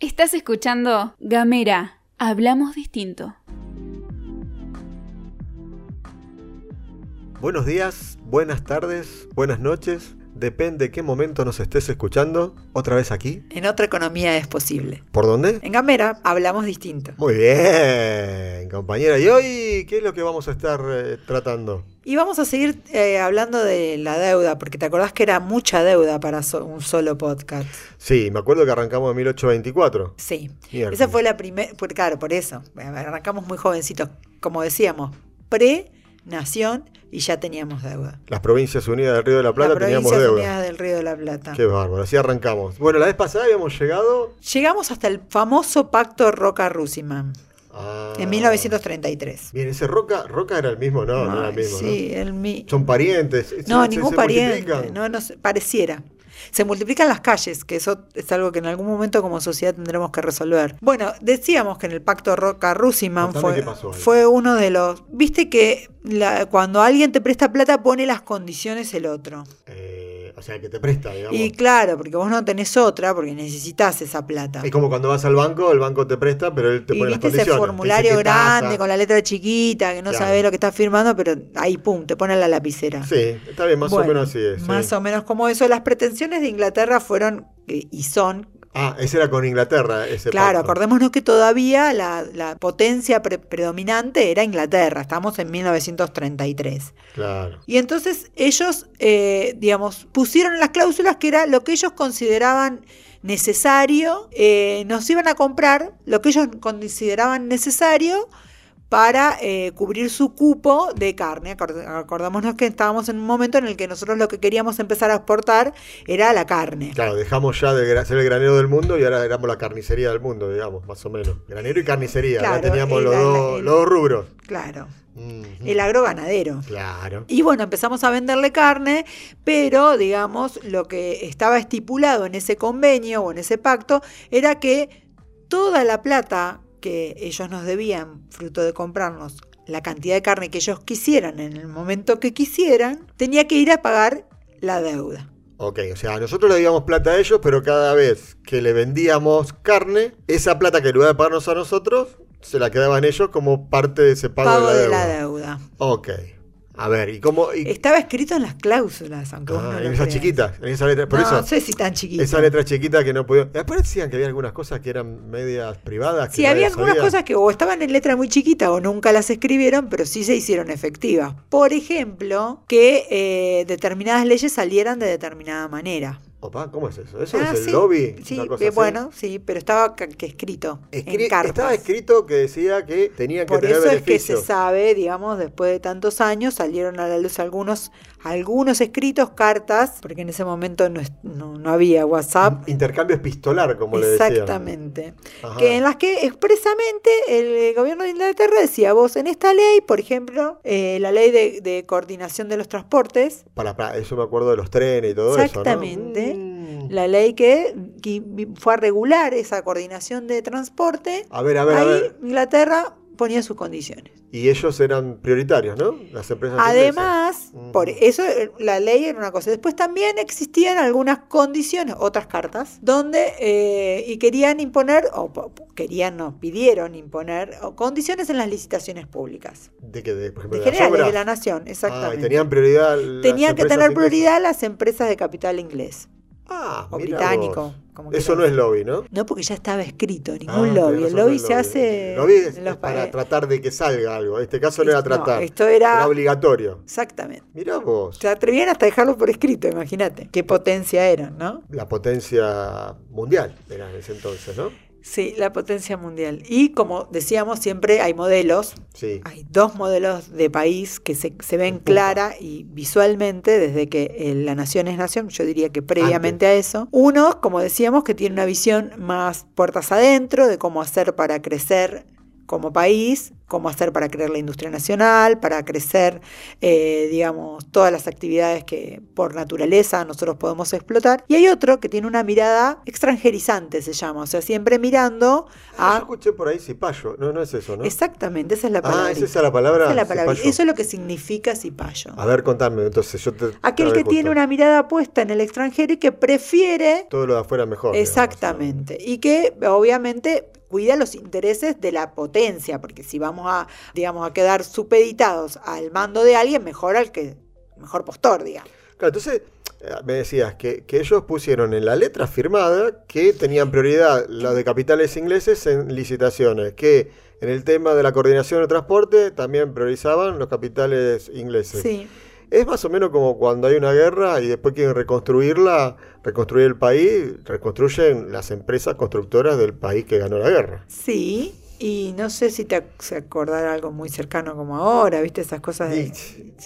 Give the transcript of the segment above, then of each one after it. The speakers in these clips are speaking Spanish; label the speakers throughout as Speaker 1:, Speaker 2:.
Speaker 1: Estás escuchando Gamera, hablamos distinto.
Speaker 2: Buenos días, buenas tardes, buenas noches. Depende qué momento nos estés escuchando. Otra vez aquí.
Speaker 3: En otra economía es posible.
Speaker 2: ¿Por dónde?
Speaker 3: En Gamera hablamos distinto.
Speaker 2: Muy bien, compañera. ¿Y hoy qué es lo que vamos a estar eh, tratando?
Speaker 3: Y vamos a seguir eh, hablando de la deuda, porque te acordás que era mucha deuda para so- un solo podcast.
Speaker 2: Sí, me acuerdo que arrancamos en 1824.
Speaker 3: Sí.
Speaker 2: Miércoles.
Speaker 3: Esa fue la primera, claro, por eso. Arrancamos muy jovencitos, como decíamos, pre-nación y ya teníamos deuda.
Speaker 2: Las provincias unidas del Río de la Plata
Speaker 3: la
Speaker 2: teníamos
Speaker 3: provincia
Speaker 2: deuda.
Speaker 3: Unidas del Río de la Plata.
Speaker 2: Qué bárbaro, así arrancamos. Bueno, la vez pasada habíamos llegado
Speaker 3: Llegamos hasta el famoso pacto Roca-Rusiman
Speaker 2: a...
Speaker 3: en 1933.
Speaker 2: Bien, ese Roca, Roca era el mismo, Ah. no, no era el
Speaker 3: Ay,
Speaker 2: mismo,
Speaker 3: sí, el mi-
Speaker 2: ¿no? Son parientes. se-
Speaker 3: No,
Speaker 2: se-
Speaker 3: ningún
Speaker 2: se
Speaker 3: pariente.
Speaker 2: multiplican.
Speaker 3: No, no sé, pareciera. Se multiplican las calles, que eso es algo que en algún momento como sociedad tendremos que resolver. Bueno, decíamos que en el pacto Roca-Rusiman
Speaker 2: Contame
Speaker 3: fue,
Speaker 2: qué pasó ahí.
Speaker 3: fue uno de los... Viste que la- cuando alguien te presta plata pone las condiciones el otro.
Speaker 2: Eh, o sea, que te presta, digamos.
Speaker 3: Y claro, porque vos no tenés otra, porque necesitas esa plata.
Speaker 2: Es como cuando vas al banco, el banco te presta, pero él te
Speaker 3: Y
Speaker 2: pone las
Speaker 3: viste ese
Speaker 2: condiciones. Te dice
Speaker 3: formulario
Speaker 2: qué tasa.
Speaker 3: grande con la letra chiquita, que no
Speaker 2: Claro.
Speaker 3: sabés lo que estás firmando, pero ahí, pum, te ponen la lapicera.
Speaker 2: Sí, está bien, más
Speaker 3: Bueno,
Speaker 2: o menos así es. sí.
Speaker 3: Más o menos como eso. Las pretensiones de Inglaterra fueron eh, y son.
Speaker 2: Ah, ese era con Inglaterra, ese
Speaker 3: Claro,
Speaker 2: pacto.
Speaker 3: acordémonos que todavía la, la potencia pre- predominante era Inglaterra, estamos en 1933.
Speaker 2: Claro.
Speaker 3: Y entonces ellos, eh, digamos, pusieron las cláusulas que era lo que ellos consideraban necesario, eh, nos iban a comprar lo que ellos consideraban necesario para eh, cubrir su cupo de carne. Acord- Acordémonos que estábamos en un momento en el que nosotros lo que queríamos empezar a exportar era la carne.
Speaker 2: Claro, dejamos ya de gra- ser el granero del mundo y ahora éramos la carnicería del mundo, digamos, más o menos. Granero y carnicería,
Speaker 3: Claro,
Speaker 2: ahora teníamos
Speaker 3: el-
Speaker 2: los,
Speaker 3: la-
Speaker 2: dos,
Speaker 3: el-
Speaker 2: los dos rubros.
Speaker 3: Claro,
Speaker 2: Ujú.
Speaker 3: el agroganadero.
Speaker 2: Claro.
Speaker 3: Y bueno, empezamos a venderle carne, pero digamos, lo que estaba estipulado en ese convenio o en ese pacto era que toda la plata que ellos nos debían, fruto de comprarnos la cantidad de carne que ellos quisieran en el momento que quisieran, tenía que ir a pagar la deuda.
Speaker 2: Ok, o sea, nosotros le damos plata a ellos, pero cada vez que le vendíamos carne, esa plata que en lugar de pagarnos a nosotros, se la quedaban ellos como parte de ese pago,
Speaker 3: Pago
Speaker 2: de, la
Speaker 3: de la
Speaker 2: deuda.
Speaker 3: deuda.
Speaker 2: Ok. A ver, ¿y cómo? y-
Speaker 3: Estaba escrito en las cláusulas, aunque vos
Speaker 2: Ah,
Speaker 3: no lo
Speaker 2: en esas
Speaker 3: creas.
Speaker 2: chiquitas, en esa letra. Por
Speaker 3: no,
Speaker 2: eso,
Speaker 3: no sé si tan chiquita.
Speaker 2: esa letra chiquita que no podía. Después decían que había algunas cosas que eran medias privadas. que
Speaker 3: Sí,
Speaker 2: nadie
Speaker 3: había algunas
Speaker 2: sabía.
Speaker 3: cosas que o estaban en letra muy chiquita o nunca las escribieron, pero sí se hicieron efectivas. Por ejemplo, que eh, determinadas leyes salieran de determinada manera.
Speaker 2: Opa, ¿cómo es eso? ¿Eso
Speaker 3: Ah,
Speaker 2: es el
Speaker 3: sí,
Speaker 2: lobby?
Speaker 3: Sí,
Speaker 2: Una cosa
Speaker 3: eh,
Speaker 2: así.
Speaker 3: bueno, sí, pero estaba ca- que escrito
Speaker 2: Escri-
Speaker 3: en cartas.
Speaker 2: estaba escrito que decía que tenían que
Speaker 3: Por
Speaker 2: tener
Speaker 3: eso es que se
Speaker 2: beneficios.
Speaker 3: sabe, digamos, después de tantos años salieron a la luz algunos, algunos escritos, cartas, porque en ese momento no, es- no- no había WhatsApp.
Speaker 2: Intercambio epistolar, como le decían.
Speaker 3: Exactamente.
Speaker 2: Ajá.
Speaker 3: que en las que expresamente el eh, gobierno de Inglaterra decía, vos en esta ley, por ejemplo, eh, la ley de, de coordinación de los transportes,
Speaker 2: Para, para, eso me acuerdo de los trenes y todo
Speaker 3: Exactamente.
Speaker 2: eso. ¿no? Mm.
Speaker 3: la ley que, que fue a regular esa coordinación de transporte,
Speaker 2: A ver, a ver, a
Speaker 3: ahí
Speaker 2: ver.
Speaker 3: Inglaterra ponía sus condiciones.
Speaker 2: Y ellos eran prioritarios, ¿no? Las empresas. inglesas.
Speaker 3: Además,
Speaker 2: Ujú.
Speaker 3: por eso eh, la ley era una cosa. Después también existían algunas condiciones, otras cartas, donde eh, y querían imponer, o po- querían, no, pidieron imponer o condiciones en las licitaciones públicas.
Speaker 2: De que, de, por ejemplo,
Speaker 3: De
Speaker 2: de las
Speaker 3: generales de
Speaker 2: obras.
Speaker 3: la nación,
Speaker 2: Ah,
Speaker 3: exactamente.
Speaker 2: y tenían prioridad. las
Speaker 3: Tenían que
Speaker 2: empresas
Speaker 3: tener
Speaker 2: inglesas.
Speaker 3: prioridad las empresas de capital inglés
Speaker 2: Ah,
Speaker 3: o
Speaker 2: mirá
Speaker 3: británico.
Speaker 2: vos.
Speaker 3: como
Speaker 2: Eso
Speaker 3: quieran
Speaker 2: no es lobby, ¿no?
Speaker 3: No, porque ya estaba escrito,
Speaker 2: Ah, tenés
Speaker 3: ningún lobby. El
Speaker 2: razón,
Speaker 3: lobby
Speaker 2: no es
Speaker 3: se hace.
Speaker 2: El lobby es,
Speaker 3: en
Speaker 2: es para
Speaker 3: pa-
Speaker 2: tratar de que salga algo. En este caso no era
Speaker 3: No,
Speaker 2: tratar.
Speaker 3: esto era-
Speaker 2: era obligatorio.
Speaker 3: Exactamente.
Speaker 2: Mirá vos.
Speaker 3: Se atrevían hasta dejarlo por escrito, imagínate. Qué potencia eran, ¿no?
Speaker 2: La potencia mundial era en ese entonces, ¿no?
Speaker 3: Sí, la potencia mundial. Y como decíamos siempre, hay modelos.
Speaker 2: Sí.
Speaker 3: Hay dos modelos de país que se, se ven
Speaker 2: Punto.
Speaker 3: clara y visualmente desde que eh, la nación es nación, yo diría que previamente a eso. Unos, como decíamos, que tienen una visión más puertas adentro de cómo hacer para crecer como país, cómo hacer para crear la industria nacional, para crecer, eh, digamos, todas las actividades que por naturaleza nosotros podemos explotar. Y hay otro que tiene una mirada extranjerizante, se llama, o sea, siempre mirando
Speaker 2: Ah, yo
Speaker 3: a...
Speaker 2: escuché por ahí cipayo. No, no es eso, ¿no?
Speaker 3: Exactamente, esa es la palabra.
Speaker 2: ah, ¿es esa la palabra?
Speaker 3: Esa es la palabra.
Speaker 2: Cipayo.
Speaker 3: Eso es lo que significa cipayo.
Speaker 2: A ver, contame. Entonces, yo te.
Speaker 3: Aquel
Speaker 2: te
Speaker 3: que tiene
Speaker 2: cuento.
Speaker 3: una mirada puesta en el extranjero y que prefiere
Speaker 2: Todo lo de afuera mejor. digamos.
Speaker 3: Exactamente. Y que obviamente cuida los intereses de la potencia, porque si vamos a, digamos, a quedar supeditados al mando de alguien, mejor al que mejor postor, digamos.
Speaker 2: Claro, entonces eh, me decías que, que ellos pusieron en la letra firmada que tenían prioridad los de capitales ingleses en licitaciones, que en el tema de la coordinación de transporte también priorizaban los capitales ingleses.
Speaker 3: Sí.
Speaker 2: Es más o menos como cuando hay una guerra y después quieren reconstruirla, reconstruir el país, reconstruyen las empresas constructoras del país que ganó la guerra.
Speaker 3: Sí. Y no sé si te ac- se acordará algo muy cercano como ahora, ¿viste? Esas cosas de.
Speaker 2: Y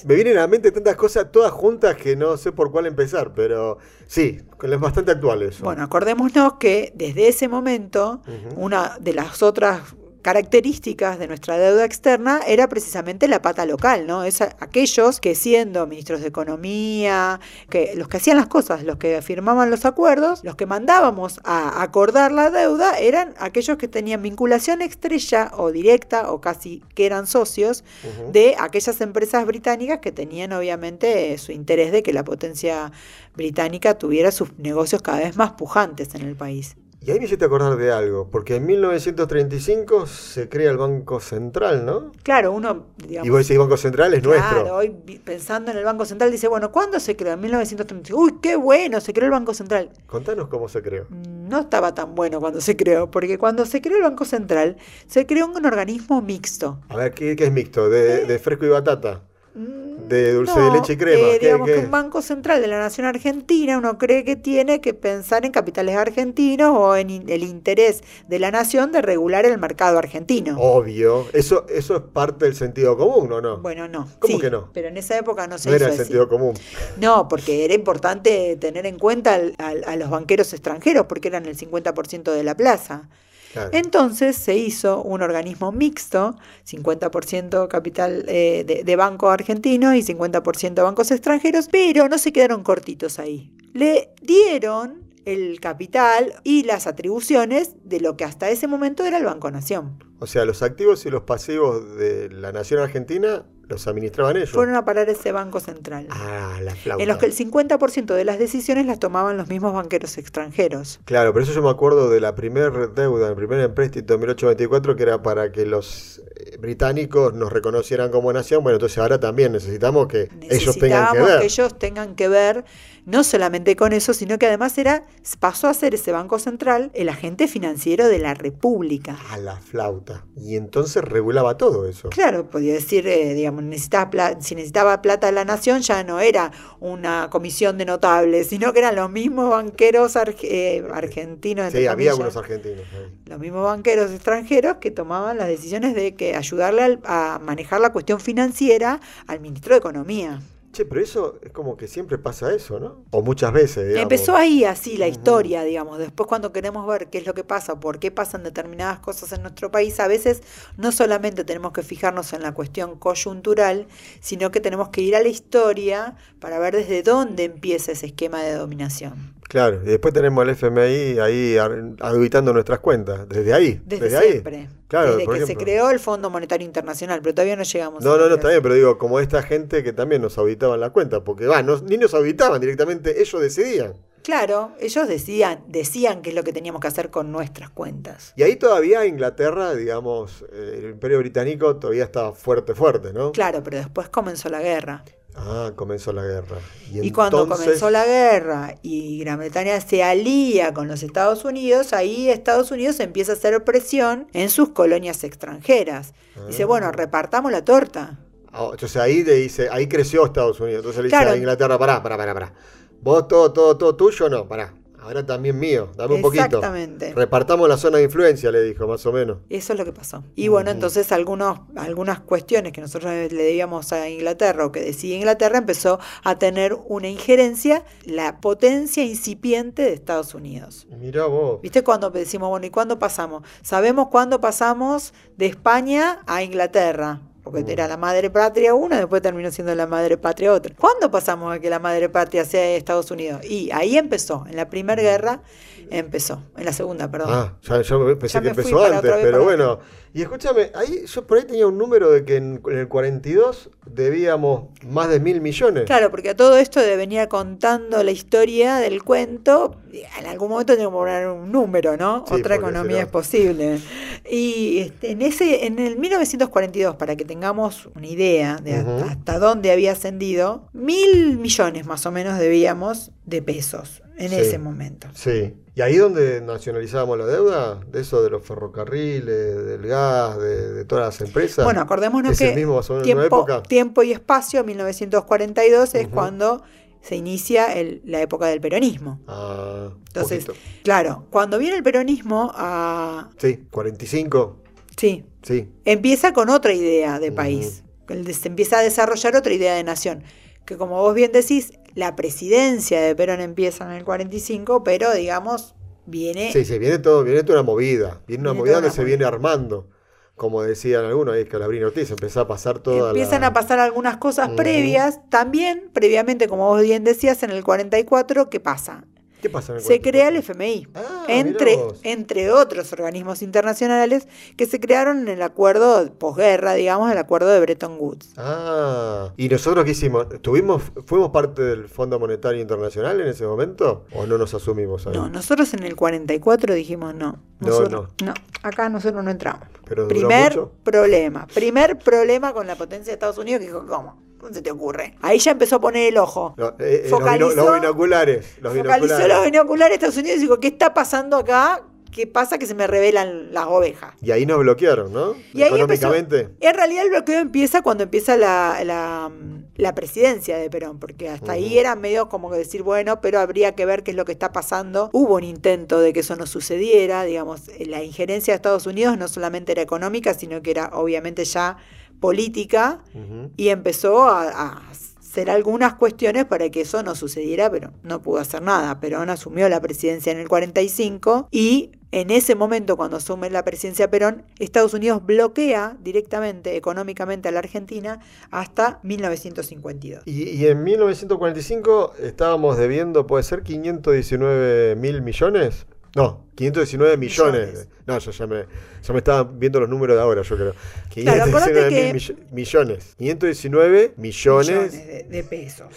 Speaker 2: me vienen a la mente tantas cosas todas juntas que no sé por cuál empezar, pero sí, con las bastante actuales.
Speaker 3: Bueno, acordémonos que desde ese momento,
Speaker 2: Ujú.
Speaker 3: una de las otras características de nuestra deuda externa era precisamente la pata local, ¿no? Es a- aquellos que siendo ministros de economía, que los que hacían las cosas, los que firmaban los acuerdos, los que mandábamos a acordar la deuda eran aquellos que tenían vinculación estrecha o directa o casi que eran socios
Speaker 2: Ujú.
Speaker 3: de aquellas empresas británicas que tenían obviamente eh, su interés de que la potencia británica tuviera sus negocios cada vez más pujantes en el país.
Speaker 2: Y ahí me hiciste acordar de algo, porque en 1935 se crea el Banco Central, ¿no?
Speaker 3: Claro, uno, digamos,
Speaker 2: Y vos decís, Banco Central es
Speaker 3: Claro,
Speaker 2: nuestro.
Speaker 3: hoy vi- pensando en el Banco Central, dice, bueno, ¿cuándo se creó? En 1935. Uy, qué bueno, se creó el Banco Central.
Speaker 2: Contanos cómo se creó.
Speaker 3: No estaba tan bueno cuando se creó, porque cuando se creó el Banco Central, se creó un organismo mixto.
Speaker 2: A ver, ¿qué, qué es mixto? De, de fresco y batata.
Speaker 3: Mm,
Speaker 2: De dulce de leche y crema,
Speaker 3: eh,
Speaker 2: ¿qué-
Speaker 3: digamos
Speaker 2: qué
Speaker 3: que
Speaker 2: es?
Speaker 3: un Banco Central de la Nación Argentina, uno cree que tiene que pensar en capitales argentinos o en in- el interés de la nación de regular el mercado argentino.
Speaker 2: Oh. Obvio. Eso, eso es parte del sentido común, ¿o no?
Speaker 3: Bueno, no.
Speaker 2: ¿Cómo
Speaker 3: sí,
Speaker 2: que no?
Speaker 3: Pero en esa época no se
Speaker 2: no
Speaker 3: hizo
Speaker 2: era el
Speaker 3: así.
Speaker 2: sentido común.
Speaker 3: No, porque era importante tener en cuenta al- al- a los banqueros extranjeros, porque eran el 50% de la plaza.
Speaker 2: Claro.
Speaker 3: Entonces se hizo un organismo mixto, 50% capital eh, de, de banco argentino y 50% bancos extranjeros, pero no se quedaron cortitos ahí. Le dieron el capital y las atribuciones de lo que hasta ese momento era el Banco Nación.
Speaker 2: O sea, los activos y los pasivos de la nación argentina los administraban ellos.
Speaker 3: Fueron a parar ese Banco Central.
Speaker 2: Ah, la flauta.
Speaker 3: en los que el 50% de las decisiones las tomaban los mismos banqueros extranjeros.
Speaker 2: Claro, pero eso yo me acuerdo de la primera deuda, el primer empréstito en 1824, que era para que los eh, británicos nos reconocieran como nación. Bueno, entonces ahora también necesitamos que ellos tengan que
Speaker 3: Necesitábamos
Speaker 2: ver.
Speaker 3: que ellos tengan que ver no solamente con eso, sino que además era pasó a ser ese Banco Central el agente financiero de la República.
Speaker 2: A la flauta. Y entonces regulaba todo eso.
Speaker 3: Claro, podía decir, eh, digamos, necesitaba pla- si necesitaba plata de la nación ya no era una comisión de notables, sino que eran los mismos banqueros arge- eh, argentinos, entre
Speaker 2: Sí, había
Speaker 3: comillas,
Speaker 2: algunos argentinos ahí.
Speaker 3: los mismos banqueros extranjeros que tomaban las decisiones de que ayudarle al- a manejar la cuestión financiera al ministro de Economía.
Speaker 2: Che, pero eso es como que siempre pasa eso, ¿no? O muchas veces, digamos.
Speaker 3: Empezó ahí así la
Speaker 2: Ujú.
Speaker 3: historia, digamos. Después cuando queremos ver qué es lo que pasa, por qué pasan determinadas cosas en nuestro país, a veces no solamente tenemos que fijarnos en la cuestión coyuntural, sino que tenemos que ir a la historia para ver desde dónde empieza ese esquema de dominación.
Speaker 2: Claro, y después tenemos el FMI ahí ar- auditando nuestras cuentas, desde ahí.
Speaker 3: Desde,
Speaker 2: Desde, ahí.
Speaker 3: siempre.
Speaker 2: Claro,
Speaker 3: desde que
Speaker 2: por
Speaker 3: se
Speaker 2: ejemplo.
Speaker 3: creó el Fondo Monetario Internacional, pero todavía no llegamos a
Speaker 2: No,
Speaker 3: la
Speaker 2: no, no, está
Speaker 3: creación.
Speaker 2: bien, pero digo, como esta gente que también nos auditaban la cuenta, porque va, no- ni nos auditaban directamente, ellos decidían.
Speaker 3: Claro, ellos decían, decían qué es lo que teníamos que hacer con nuestras cuentas.
Speaker 2: Y ahí todavía Inglaterra, digamos, eh, el imperio británico todavía estaba fuerte, fuerte, ¿no?
Speaker 3: Claro, pero después comenzó la guerra.
Speaker 2: Ah, comenzó la guerra. Y,
Speaker 3: Y cuando
Speaker 2: entonces-
Speaker 3: comenzó la guerra y Gran Bretaña se alía con los Estados Unidos, ahí Estados Unidos empieza a hacer presión en sus colonias extranjeras. Dice,
Speaker 2: Ah.
Speaker 3: bueno, repartamos la torta.
Speaker 2: Ah, Entonces ahí le dice, ahí creció Estados Unidos. Entonces le dice
Speaker 3: Claro.
Speaker 2: a Inglaterra, pará, pará, pará, pará. Vos todo, todo, todo tuyo, no, pará. ahora también mío, dame un poquito.
Speaker 3: Exactamente.
Speaker 2: Repartamos la zona de influencia, le dijo, más o menos.
Speaker 3: Eso es lo que pasó. Y bueno, entonces algunos, algunas cuestiones que nosotros le debíamos a Inglaterra o que decía Inglaterra empezó a tener una injerencia, la potencia incipiente de Estados Unidos.
Speaker 2: Mirá vos.
Speaker 3: ¿Viste cuando decimos, bueno, ¿y cuándo pasamos? Sabemos cuándo pasamos de España a Inglaterra. Porque
Speaker 2: Mm.
Speaker 3: era la madre patria una, después terminó siendo la madre patria otra. ¿Cuándo pasamos a que la madre patria sea Estados Unidos? Y ahí empezó, en la primera guerra empezó, en la segunda, perdón.
Speaker 2: Ah, ya, ya me- pensé
Speaker 3: Ya
Speaker 2: que
Speaker 3: me fui
Speaker 2: empezó
Speaker 3: para
Speaker 2: antes,
Speaker 3: otra vez,
Speaker 2: pero
Speaker 3: para
Speaker 2: bueno. Y escúchame, ahí yo por ahí tenía un número de que en, en el 42 debíamos más de mil millones.
Speaker 3: Claro, porque a todo esto de venía contando la historia del cuento, en algún momento tengo que poner un número, ¿no?
Speaker 2: Sí, porque
Speaker 3: Otra
Speaker 2: si no-
Speaker 3: economía es posible. Y este, en ese, en el 1942, para que tengamos una idea de hasta,
Speaker 2: Ujú.
Speaker 3: hasta dónde había ascendido, mil millones más o menos debíamos de pesos en
Speaker 2: Sí.
Speaker 3: ese momento.
Speaker 2: Sí. ¿Y ahí donde nacionalizábamos la deuda? De eso de los ferrocarriles, del gas, de, de todas las empresas.
Speaker 3: Bueno, acordémonos
Speaker 2: es el
Speaker 3: que
Speaker 2: mismo más o menos en una
Speaker 3: tiempo,
Speaker 2: época.
Speaker 3: tiempo y espacio, 1942, es
Speaker 2: Ujú.
Speaker 3: cuando se inicia el- la época del peronismo.
Speaker 2: Ah,
Speaker 3: Entonces,
Speaker 2: poquito.
Speaker 3: Claro, cuando viene el peronismo, ah,
Speaker 2: Sí, 45.
Speaker 3: sí,
Speaker 2: Sí.
Speaker 3: empieza con otra idea de
Speaker 2: Ujú.
Speaker 3: país. El de- Se empieza a desarrollar otra idea de nación. Que como vos bien decís, la presidencia de Perón empieza en el 45, pero digamos, viene.
Speaker 2: Sí, sí, viene todo, viene toda una movida. Viene una
Speaker 3: Eh. Viene
Speaker 2: movida
Speaker 3: toda
Speaker 2: donde
Speaker 3: una
Speaker 2: se
Speaker 3: movida.
Speaker 2: viene armando. Como decían algunos, ahí Calabrín Ortiz, empezó a pasar toda
Speaker 3: Empiezan
Speaker 2: la-
Speaker 3: a pasar algunas cosas
Speaker 2: Ujú.
Speaker 3: previas. También, previamente, como vos bien decías, en el 44, ¿qué pasa?
Speaker 2: ¿Qué pasa en el
Speaker 3: Se
Speaker 2: 44?
Speaker 3: crea el FMI.
Speaker 2: Ah, mirá
Speaker 3: entre,
Speaker 2: vos.
Speaker 3: entre otros organismos internacionales que se crearon en el acuerdo de posguerra, digamos, el acuerdo de Bretton Woods.
Speaker 2: Ah, ¿y nosotros qué hicimos? ¿Tuvimos, ¿Fuimos parte del Fondo Monetario Internacional en ese momento? ¿O no nos asumimos ahí?
Speaker 3: No, nosotros en el 44 dijimos no.
Speaker 2: No,
Speaker 3: nosotros- no. acá nosotros no entramos.
Speaker 2: Pero duró
Speaker 3: Primer
Speaker 2: mucho.
Speaker 3: problema, primer problema con la potencia de Estados Unidos que dijo, ¿cómo? ¿Cómo se te ocurre? Ahí ya empezó a poner el ojo.
Speaker 2: No, eh, eh, los,
Speaker 3: Focalizó-
Speaker 2: bino- los binoculares. Los
Speaker 3: Focalizó
Speaker 2: binoculares.
Speaker 3: los binoculares de Estados Unidos y dijo, ¿qué está pasando acá? ¿Qué pasa que se me revelan las ovejas?
Speaker 2: Y ahí nos bloquearon, ¿no?
Speaker 3: Y ahí empezó-
Speaker 2: Económicamente.
Speaker 3: En realidad el bloqueo empieza cuando empieza la, la, la presidencia de Perón, porque hasta ahí
Speaker 2: Ujú.
Speaker 3: era medio como que decir, bueno, pero habría que ver qué es lo que está pasando. Hubo un intento de que eso no sucediera, digamos, la injerencia de Estados Unidos no solamente era económica, sino que era obviamente ya política
Speaker 2: Ujú.
Speaker 3: y empezó a, a hacer algunas cuestiones para que eso no sucediera, pero no pudo hacer nada. Perón asumió la presidencia en el 45 y en ese momento cuando asume la presidencia Perón, Estados Unidos bloquea directamente económicamente a la Argentina hasta 1952.
Speaker 2: Y, y en 1945 estábamos debiendo, puede ser, 519 mil millones. No, 519 millones.
Speaker 3: Millones.
Speaker 2: No, yo ya me, ya me estaba viendo los números de ahora, yo creo.
Speaker 3: Claro,
Speaker 2: 519 mil
Speaker 3: acordate que-
Speaker 2: millo- millones. 519 millones.
Speaker 3: Millones de, de pesos.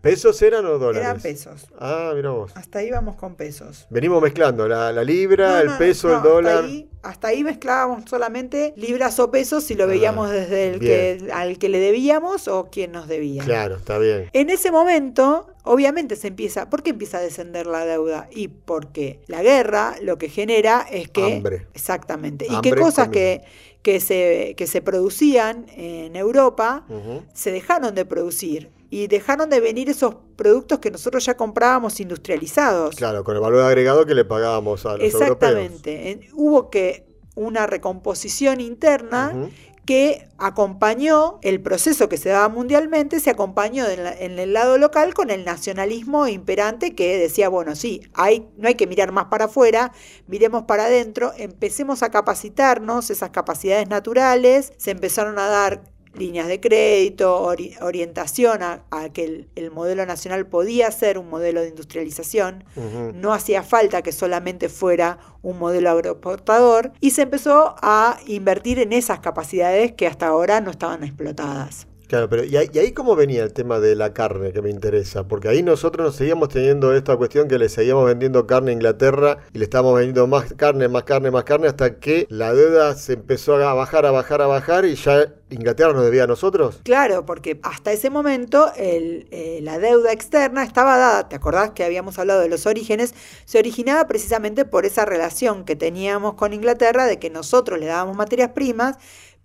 Speaker 2: ¿Pesos eran o dólares?
Speaker 3: Eran pesos.
Speaker 2: Ah, mira vos.
Speaker 3: Hasta ahí vamos con pesos.
Speaker 2: Venimos mezclando la, la libra,
Speaker 3: No,
Speaker 2: el
Speaker 3: no,
Speaker 2: peso,
Speaker 3: no,
Speaker 2: el dólar.
Speaker 3: Hasta ahí, hasta ahí mezclábamos solamente libras o pesos si lo
Speaker 2: Ah,
Speaker 3: veíamos desde el que, al que le debíamos o quien nos debía.
Speaker 2: Claro, está bien.
Speaker 3: En ese momento, obviamente se empieza, ¿por qué empieza a descender la deuda? Y porque la guerra lo que genera es que...
Speaker 2: Hambre.
Speaker 3: Exactamente. Y
Speaker 2: Hambre
Speaker 3: que cosas
Speaker 2: comida.
Speaker 3: que, que, se, que se producían en Europa
Speaker 2: Ujú.
Speaker 3: se dejaron de producir y dejaron de venir esos productos que nosotros ya comprábamos industrializados.
Speaker 2: Claro, con el valor agregado que le pagábamos a los europeos.
Speaker 3: Exactamente. En- Hubo que una recomposición interna
Speaker 2: Ujú.
Speaker 3: que acompañó el proceso que se daba mundialmente, se acompañó en, la- en el lado local con el nacionalismo imperante que decía, bueno, sí, hay, no hay que mirar más para afuera, miremos para adentro, empecemos a capacitarnos, esas capacidades naturales, se empezaron a dar líneas de crédito, ori- orientación a, a que el- el modelo nacional podía ser un modelo de industrialización,
Speaker 2: Ujú.
Speaker 3: no hacía falta que solamente fuera un modelo agroexportador y se empezó a invertir en esas capacidades que hasta ahora no estaban explotadas.
Speaker 2: Claro, pero ¿y ahí, y ahí cómo venía el tema de la carne que me interesa? Porque ahí nosotros nos seguíamos teniendo esta cuestión que le seguíamos vendiendo carne a Inglaterra y le estábamos vendiendo más carne, más carne, más carne hasta que la deuda se empezó a bajar, a bajar, a bajar y ya Inglaterra nos debía a nosotros.
Speaker 3: Claro, porque hasta ese momento el, eh, la deuda externa estaba dada, ¿te acordás que habíamos hablado de los orígenes? Se originaba precisamente por esa relación que teníamos con Inglaterra de que nosotros le dábamos materias primas,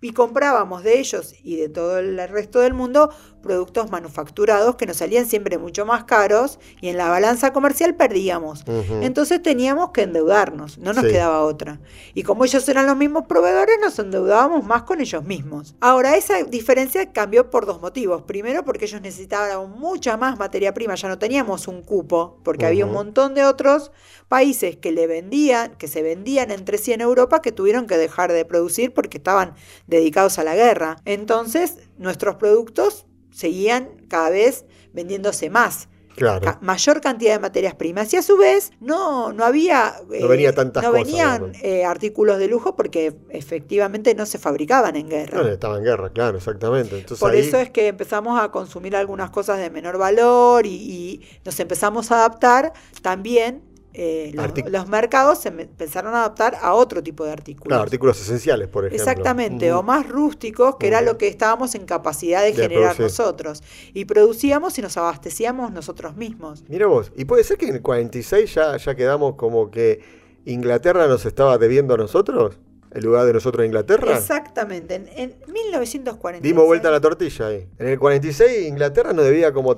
Speaker 3: y comprábamos de ellos y de todo el resto del mundo productos manufacturados que nos salían siempre mucho más caros y en la balanza comercial perdíamos.
Speaker 2: Ujú.
Speaker 3: Entonces teníamos que endeudarnos, no nos
Speaker 2: Sí.
Speaker 3: quedaba otra. Y como ellos eran los mismos proveedores, nos endeudábamos más con ellos mismos. Ahora, esa diferencia cambió por dos motivos. Primero, porque ellos necesitaban mucha más materia prima, ya no teníamos un cupo, porque había un
Speaker 2: Ujú.
Speaker 3: montón de otros países que le vendían, que se vendían entre sí en Europa, que tuvieron que dejar de producir porque estaban dedicados a la guerra. Entonces, nuestros productos seguían cada vez vendiéndose más ca-
Speaker 2: Claro.
Speaker 3: mayor cantidad de materias primas y a su vez no, no había eh,
Speaker 2: venía tantas
Speaker 3: no
Speaker 2: cosas,
Speaker 3: venían
Speaker 2: digamos.
Speaker 3: eh, artículos de lujo porque efectivamente no se fabricaban en
Speaker 2: No,
Speaker 3: guerra.
Speaker 2: estaba en guerra, claro, exactamente. Entonces
Speaker 3: Por
Speaker 2: ahí,
Speaker 3: eso es que empezamos a consumir algunas cosas de menor valor y, y nos empezamos a adaptar también. eh, los,
Speaker 2: Artic-
Speaker 3: los mercados se me- empezaron a adaptar a otro tipo de artículos.
Speaker 2: claro, artículos esenciales, por ejemplo.
Speaker 3: Exactamente,
Speaker 2: Ujú.
Speaker 3: o más rústicos, que era
Speaker 2: Ujú.
Speaker 3: lo que estábamos en capacidad
Speaker 2: De
Speaker 3: de, generar
Speaker 2: producir.
Speaker 3: nosotros. Y producíamos y nos abastecíamos nosotros mismos.
Speaker 2: Mira vos, y puede ser que en el 46 ya, ya quedamos como que Inglaterra nos estaba debiendo a nosotros, el lugar de nosotros a Inglaterra.
Speaker 3: Exactamente, en, en 1946.
Speaker 2: Dimos vuelta a la tortilla ahí. En el 46 Inglaterra nos debía como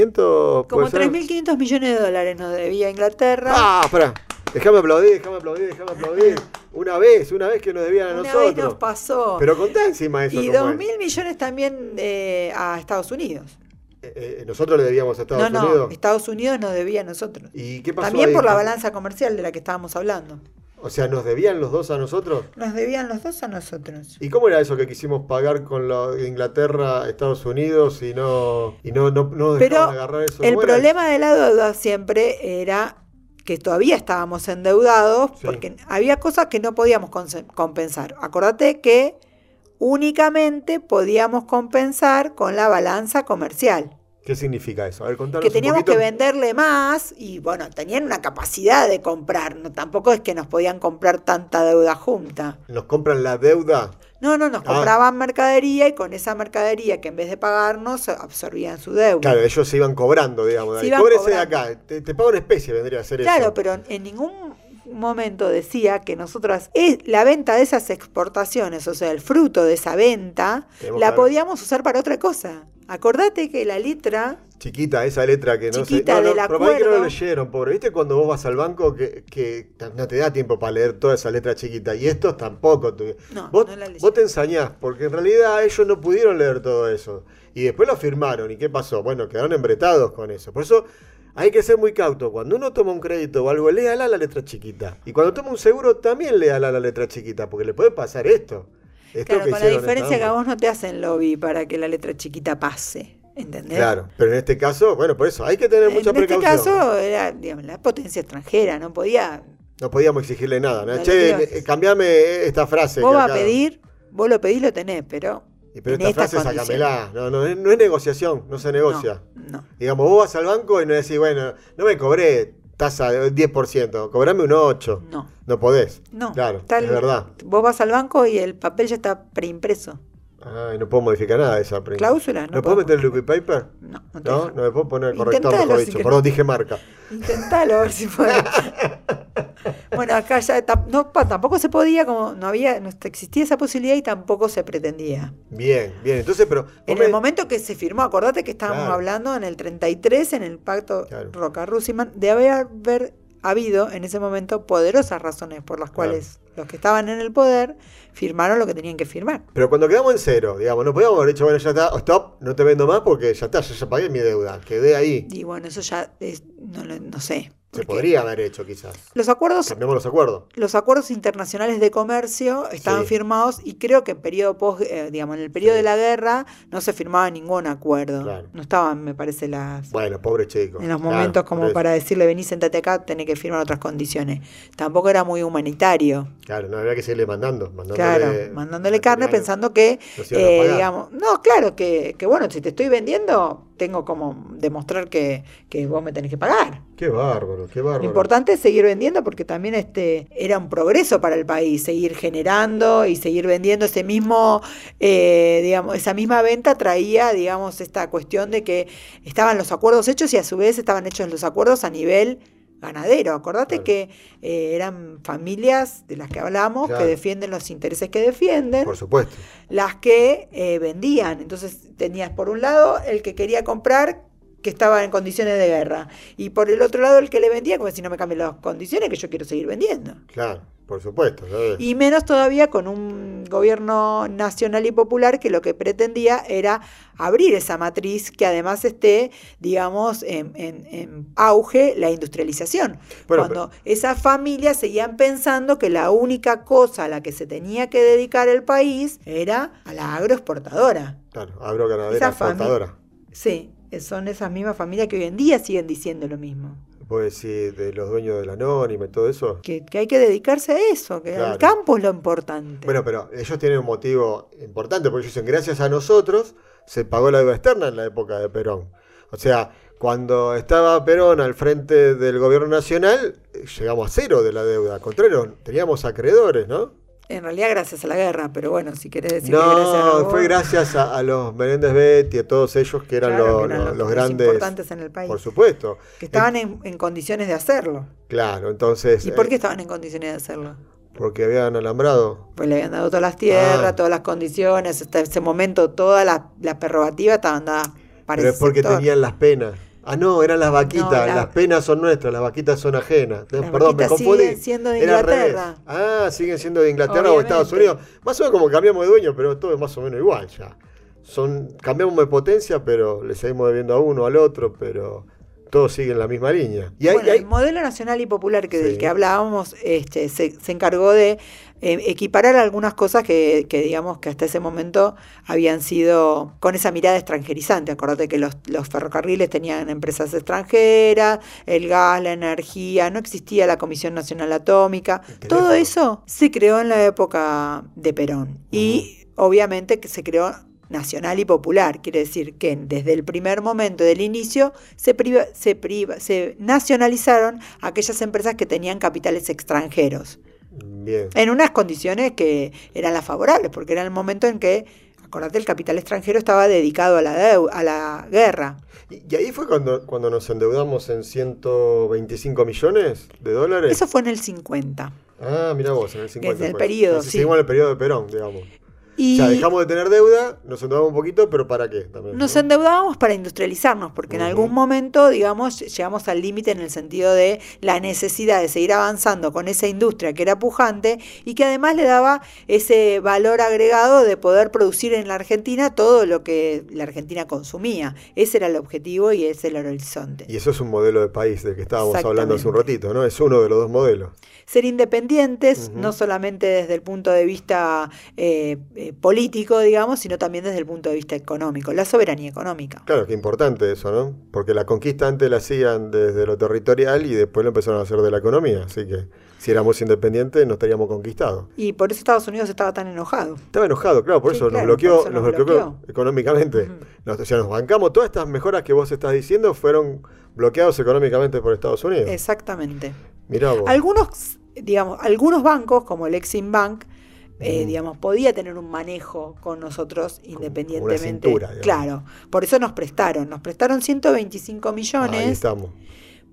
Speaker 2: 3.500,
Speaker 3: Como
Speaker 2: ¿puede ser?
Speaker 3: 3.500 millones de dólares nos debía Inglaterra.
Speaker 2: Ah, pará. Déjame aplaudir, déjame aplaudir, déjame aplaudir. Una vez, una vez que nos debían a
Speaker 3: Una
Speaker 2: nosotros.
Speaker 3: vez nos pasó.
Speaker 2: Pero contá encima eso.
Speaker 3: y
Speaker 2: cómo es.
Speaker 3: 2.000 millones también eh, a Estados Unidos.
Speaker 2: Eh, eh, nosotros le debíamos a Estados
Speaker 3: no, no,
Speaker 2: Unidos.
Speaker 3: Estados Unidos nos debía a nosotros.
Speaker 2: ¿Y qué pasó
Speaker 3: También
Speaker 2: ahí? Ah.
Speaker 3: por la balanza comercial de la que estábamos hablando.
Speaker 2: O sea, ¿nos debían los dos a nosotros?
Speaker 3: Nos debían los dos a nosotros.
Speaker 2: ¿Y cómo era eso que quisimos pagar con la Inglaterra, Estados Unidos y no, y no, no, no
Speaker 3: Pero
Speaker 2: dejaron agarrar eso?
Speaker 3: El
Speaker 2: ¿Cómo era
Speaker 3: problema de la deuda siempre era que todavía estábamos endeudados
Speaker 2: Sí.
Speaker 3: porque había cosas que no podíamos conse- compensar. Acordate que únicamente podíamos compensar con la balanza comercial.
Speaker 2: eso? ¿Qué significa eso? A ver, contanos
Speaker 3: Que teníamos
Speaker 2: un poquito.
Speaker 3: que venderle más y bueno, tenían una capacidad de comprar. No, tampoco es que nos podían comprar tanta deuda junta.
Speaker 2: ¿Nos compran la deuda?
Speaker 3: No, no, nos
Speaker 2: Ah.
Speaker 3: compraban mercadería y con esa mercadería que en vez de pagarnos absorbían su deuda.
Speaker 2: Claro, ellos se iban cobrando, digamos.
Speaker 3: Se
Speaker 2: dale,
Speaker 3: iban
Speaker 2: cóbrese de
Speaker 3: cobrando.
Speaker 2: acá, te, te pago en especie, vendría a ser
Speaker 3: Claro,
Speaker 2: eso.
Speaker 3: pero en ningún momento decía que nosotras es la venta de esas exportaciones, o sea, el fruto de esa venta,
Speaker 2: Tenemos
Speaker 3: la
Speaker 2: que-
Speaker 3: podíamos usar para otra cosa. Acordate que la letra,
Speaker 2: Chiquita, esa letra que no
Speaker 3: Chiquita,
Speaker 2: sé. No, no,
Speaker 3: del
Speaker 2: pero por ahí que no lo
Speaker 3: acuerdo.
Speaker 2: leyeron, pobre. ¿Viste cuando vos vas al banco que, que no te da tiempo para leer toda esa letra chiquita? Y estos tampoco. tu-
Speaker 3: No,
Speaker 2: vos,
Speaker 3: no la leyeron.
Speaker 2: vos te ensañás, porque en realidad ellos no pudieron leer todo eso. Y después lo firmaron. ¿Y qué pasó? Bueno, quedaron embretados con eso. Por eso hay que ser muy cauto. Cuando uno toma un crédito o algo, léala la letra chiquita. Y cuando toma un seguro, también léala la letra chiquita, porque le puede pasar esto. Esto
Speaker 3: claro,
Speaker 2: que
Speaker 3: con la
Speaker 2: hicieron
Speaker 3: diferencia que
Speaker 2: esta
Speaker 3: a
Speaker 2: onda.
Speaker 3: vos no te hacen lobby para que la letra chiquita pase, ¿entendés?
Speaker 2: Claro, pero en este caso, bueno, por eso hay que tener
Speaker 3: En
Speaker 2: mucha
Speaker 3: este
Speaker 2: precaución.
Speaker 3: caso era digamos, la potencia extranjera, no podía.
Speaker 2: No podíamos exigirle nada. ¿no?
Speaker 3: Dale,
Speaker 2: Che,
Speaker 3: gracias.
Speaker 2: eh, cambiame esta frase.
Speaker 3: vos
Speaker 2: que
Speaker 3: vas
Speaker 2: acá-
Speaker 3: a pedir, vos lo pedís, lo tenés, pero.
Speaker 2: Y Pero
Speaker 3: en
Speaker 2: esta
Speaker 3: estas
Speaker 2: frase
Speaker 3: condiciones.
Speaker 2: sacamela. No, no, es- no es negociación, no se negocia.
Speaker 3: No, no.
Speaker 2: Digamos, vos vas al banco y no decís, bueno, no me cobré tasa de 10%, cobrame un 8%.
Speaker 3: no.
Speaker 2: No podés.
Speaker 3: No,
Speaker 2: Claro,
Speaker 3: tal-
Speaker 2: es verdad.
Speaker 3: Vos vas al banco y el papel ya está preimpreso.
Speaker 2: Ay, no puedo modificar nada de esa prima.
Speaker 3: Cláusula, no
Speaker 2: ¿No, puedo
Speaker 3: podemos.
Speaker 2: meter el liquid paper?
Speaker 3: No, no te
Speaker 2: No,
Speaker 3: dejan.
Speaker 2: no me puedo poner corrector,
Speaker 3: Intentalo
Speaker 2: mejor
Speaker 3: si
Speaker 2: dicho.
Speaker 3: querés.
Speaker 2: Perdón, dije marca.
Speaker 3: Intentalo a ver si podés. bueno, acá ya tam- no, pa- tampoco se podía, como no había, no existía esa posibilidad y tampoco se pretendía.
Speaker 2: Bien, bien. Entonces, pero. vos
Speaker 3: En
Speaker 2: me-
Speaker 3: el momento que se firmó, acordate que estábamos
Speaker 2: Claro.
Speaker 3: hablando en el 33, en el pacto
Speaker 2: Claro.
Speaker 3: Roca-Rusiman, de haber, haber habido en ese momento poderosas razones por las
Speaker 2: Claro.
Speaker 3: cuales los que estaban en el poder firmaron lo que tenían que firmar.
Speaker 2: Pero cuando quedamos en cero, digamos, no podíamos haber dicho, bueno, ya está, stop, no te vendo más porque ya está, yo ya pagué mi deuda, quedé ahí.
Speaker 3: Y bueno, eso ya es- no, lo- no sé.
Speaker 2: Se
Speaker 3: porque
Speaker 2: podría haber hecho quizás.
Speaker 3: Los acuerdos,
Speaker 2: Cambiamos los acuerdos.
Speaker 3: los acuerdos internacionales de comercio estaban
Speaker 2: Sí.
Speaker 3: firmados y creo que en periodo pos- eh, digamos, en el periodo
Speaker 2: Sí.
Speaker 3: de la guerra no se firmaba ningún acuerdo.
Speaker 2: Claro.
Speaker 3: No estaban, me parece, las
Speaker 2: Bueno, pobre chico.
Speaker 3: en los
Speaker 2: Claro,
Speaker 3: momentos
Speaker 2: por
Speaker 3: como
Speaker 2: eso.
Speaker 3: para decirle vení sentate acá, tenés que firmar otras condiciones. Tampoco era muy humanitario.
Speaker 2: Claro, no había que seguirle mandando. mandándole-
Speaker 3: claro, mandándole carne
Speaker 2: material.
Speaker 3: pensando que,
Speaker 2: Nos iban a
Speaker 3: eh,
Speaker 2: pagar.
Speaker 3: digamos, no, claro, que, que bueno, si te estoy vendiendo, tengo como demostrar que, que vos me tenés que pagar.
Speaker 2: Qué bárbaro, qué
Speaker 3: Lo
Speaker 2: bárbaro.
Speaker 3: importante es seguir vendiendo porque también este era un progreso para el país, seguir generando y seguir vendiendo ese mismo, eh, digamos, esa misma venta traía, digamos, esta cuestión de que estaban los acuerdos hechos y a su vez estaban hechos los acuerdos a nivel ganadero. Acordate
Speaker 2: Claro.
Speaker 3: que eh, eran familias de las que hablamos
Speaker 2: Claro.
Speaker 3: que defienden los intereses que defienden
Speaker 2: Por supuesto.
Speaker 3: las que eh, vendían. Entonces tenías por un lado el que quería comprar que estaba en condiciones de guerra y por el otro lado el que le vendía como si no me cambian las condiciones que yo quiero seguir vendiendo.
Speaker 2: Claro, por supuesto. ¿sabes?
Speaker 3: Y menos todavía con un gobierno nacional y popular que lo que pretendía era abrir esa matriz que además esté, digamos, en, en- en auge la industrialización.
Speaker 2: Bueno,
Speaker 3: Cuando esas familias seguían pensando que la única cosa a la que se tenía que dedicar el país era a la agroexportadora.
Speaker 2: Claro, abro ganadera
Speaker 3: Esa fami-
Speaker 2: exportadora.
Speaker 3: Sí, son esas mismas familias que hoy en día siguen diciendo lo mismo.
Speaker 2: Vos decís de los dueños de la anónima y todo eso.
Speaker 3: Que, que hay que dedicarse a eso, que
Speaker 2: Claro.
Speaker 3: el campo es lo importante.
Speaker 2: Bueno, pero ellos tienen un motivo importante, porque ellos dicen, gracias a nosotros se pagó la deuda externa en la época de Perón. O sea, cuando estaba Perón al frente del gobierno nacional, eh, llegamos a cero de la deuda. Al contrario, teníamos acreedores, ¿no?
Speaker 3: en realidad gracias a la guerra, pero bueno, si querés decir que gracias a la
Speaker 2: no,
Speaker 3: guerra,
Speaker 2: fue gracias a, a los Menéndez Betty, a todos ellos que eran,
Speaker 3: claro,
Speaker 2: los,
Speaker 3: que eran
Speaker 2: los-
Speaker 3: los-
Speaker 2: los
Speaker 3: los
Speaker 2: grandes.
Speaker 3: importantes en el país.
Speaker 2: Por Eh, supuesto.
Speaker 3: que estaban en, en condiciones de hacerlo.
Speaker 2: Claro, entonces.
Speaker 3: ¿Y por
Speaker 2: eh,
Speaker 3: qué estaban en condiciones de hacerlo?
Speaker 2: porque habían alambrado.
Speaker 3: Pues le habían dado todas las tierras,
Speaker 2: Ah.
Speaker 3: todas las condiciones, hasta ese momento todas las, las prerrogativas estaban dadas para
Speaker 2: Pero
Speaker 3: ese
Speaker 2: es porque
Speaker 3: sector.
Speaker 2: tenían las penas. Ah, no, eran las vaquitas.
Speaker 3: No, la-
Speaker 2: Las penas son nuestras, las vaquitas son ajenas. Perdón,
Speaker 3: Las
Speaker 2: me
Speaker 3: vaquitas
Speaker 2: confundí.
Speaker 3: siguen siendo de
Speaker 2: Era al revés.
Speaker 3: Inglaterra.
Speaker 2: Ah, siguen siendo de Inglaterra o
Speaker 3: Obviamente.
Speaker 2: Estados Unidos. Más o menos como cambiamos de dueño, pero todo es más o menos igual ya. Son, cambiamos de potencia, pero le seguimos debiendo a uno, al otro, pero todos siguen la misma línea. Y hay-
Speaker 3: Bueno,
Speaker 2: hay-
Speaker 3: el modelo nacional y popular que
Speaker 2: Sí.
Speaker 3: del que hablábamos este, se, se encargó de eh, equiparar algunas cosas que, que digamos que hasta ese momento habían sido con esa mirada extranjerizante. Acordate que los, los ferrocarriles tenían empresas extranjeras, el gas, la energía, no existía la Comisión Nacional Atómica.
Speaker 2: El
Speaker 3: Todo
Speaker 2: teléfono.
Speaker 3: eso se creó en la época de Perón y obviamente que se creó nacional y popular, quiere decir que desde el primer momento del inicio se, priva- se, priva- se nacionalizaron aquellas empresas que tenían capitales extranjeros,
Speaker 2: Bien,
Speaker 3: en unas condiciones que eran las favorables, porque era el momento en que, acordate, el capital extranjero estaba dedicado a la, deu- a la guerra.
Speaker 2: y, y ahí fue cuando, cuando nos endeudamos en 125 millones de dólares.
Speaker 3: Eso fue en el 50.
Speaker 2: Ah, mira vos, en el 50.
Speaker 3: Desde el
Speaker 2: fue.
Speaker 3: periodo,
Speaker 2: Así
Speaker 3: sí.
Speaker 2: Seguimos en el periodo de Perón, digamos.
Speaker 3: Y
Speaker 2: O sea, dejamos de tener deuda, nos endeudamos un poquito, pero ¿para qué? También,
Speaker 3: Nos
Speaker 2: ¿no?
Speaker 3: endeudábamos para industrializarnos, porque en
Speaker 2: Ujú.
Speaker 3: algún momento, digamos, llegamos al límite en el sentido de la necesidad de seguir avanzando con esa industria que era pujante y que además le daba ese valor agregado de poder producir en la Argentina todo lo que la Argentina consumía. Ese era el objetivo y ese era el horizonte.
Speaker 2: Y eso es un modelo de país del que estábamos hablando hace un
Speaker 3: Exactamente.
Speaker 2: ratito, ¿no? Es uno de los dos modelos.
Speaker 3: ser independientes,
Speaker 2: Ujú.
Speaker 3: no solamente desde el punto de vista eh, eh, político, digamos, sino también desde el punto de vista económico, la soberanía económica.
Speaker 2: Claro, que importante eso, ¿no? Porque la conquista antes la hacían desde lo territorial y después lo empezaron a hacer de la economía. Así que si éramos independientes, no estaríamos conquistados.
Speaker 3: Y por eso Estados Unidos estaba tan enojado.
Speaker 2: Estaba enojado, claro, por
Speaker 3: Sí,
Speaker 2: eso nos
Speaker 3: claro,
Speaker 2: bloqueó,
Speaker 3: por eso
Speaker 2: nos
Speaker 3: nos
Speaker 2: bloqueó,
Speaker 3: bloqueó.
Speaker 2: económicamente.
Speaker 3: Ujú.
Speaker 2: Nos- o sea, nos bancamos. Todas estas mejoras que vos estás diciendo fueron bloqueados económicamente por Estados Unidos.
Speaker 3: Exactamente.
Speaker 2: Mirá vos.
Speaker 3: Algunos, digamos, algunos bancos, como el Exim Bank, eh,
Speaker 2: Mm.
Speaker 3: digamos, podía tener un manejo con nosotros independientemente.
Speaker 2: cintura, digamos.
Speaker 3: claro, por eso nos prestaron. Nos prestaron 125
Speaker 2: Ahí
Speaker 3: millones
Speaker 2: estamos.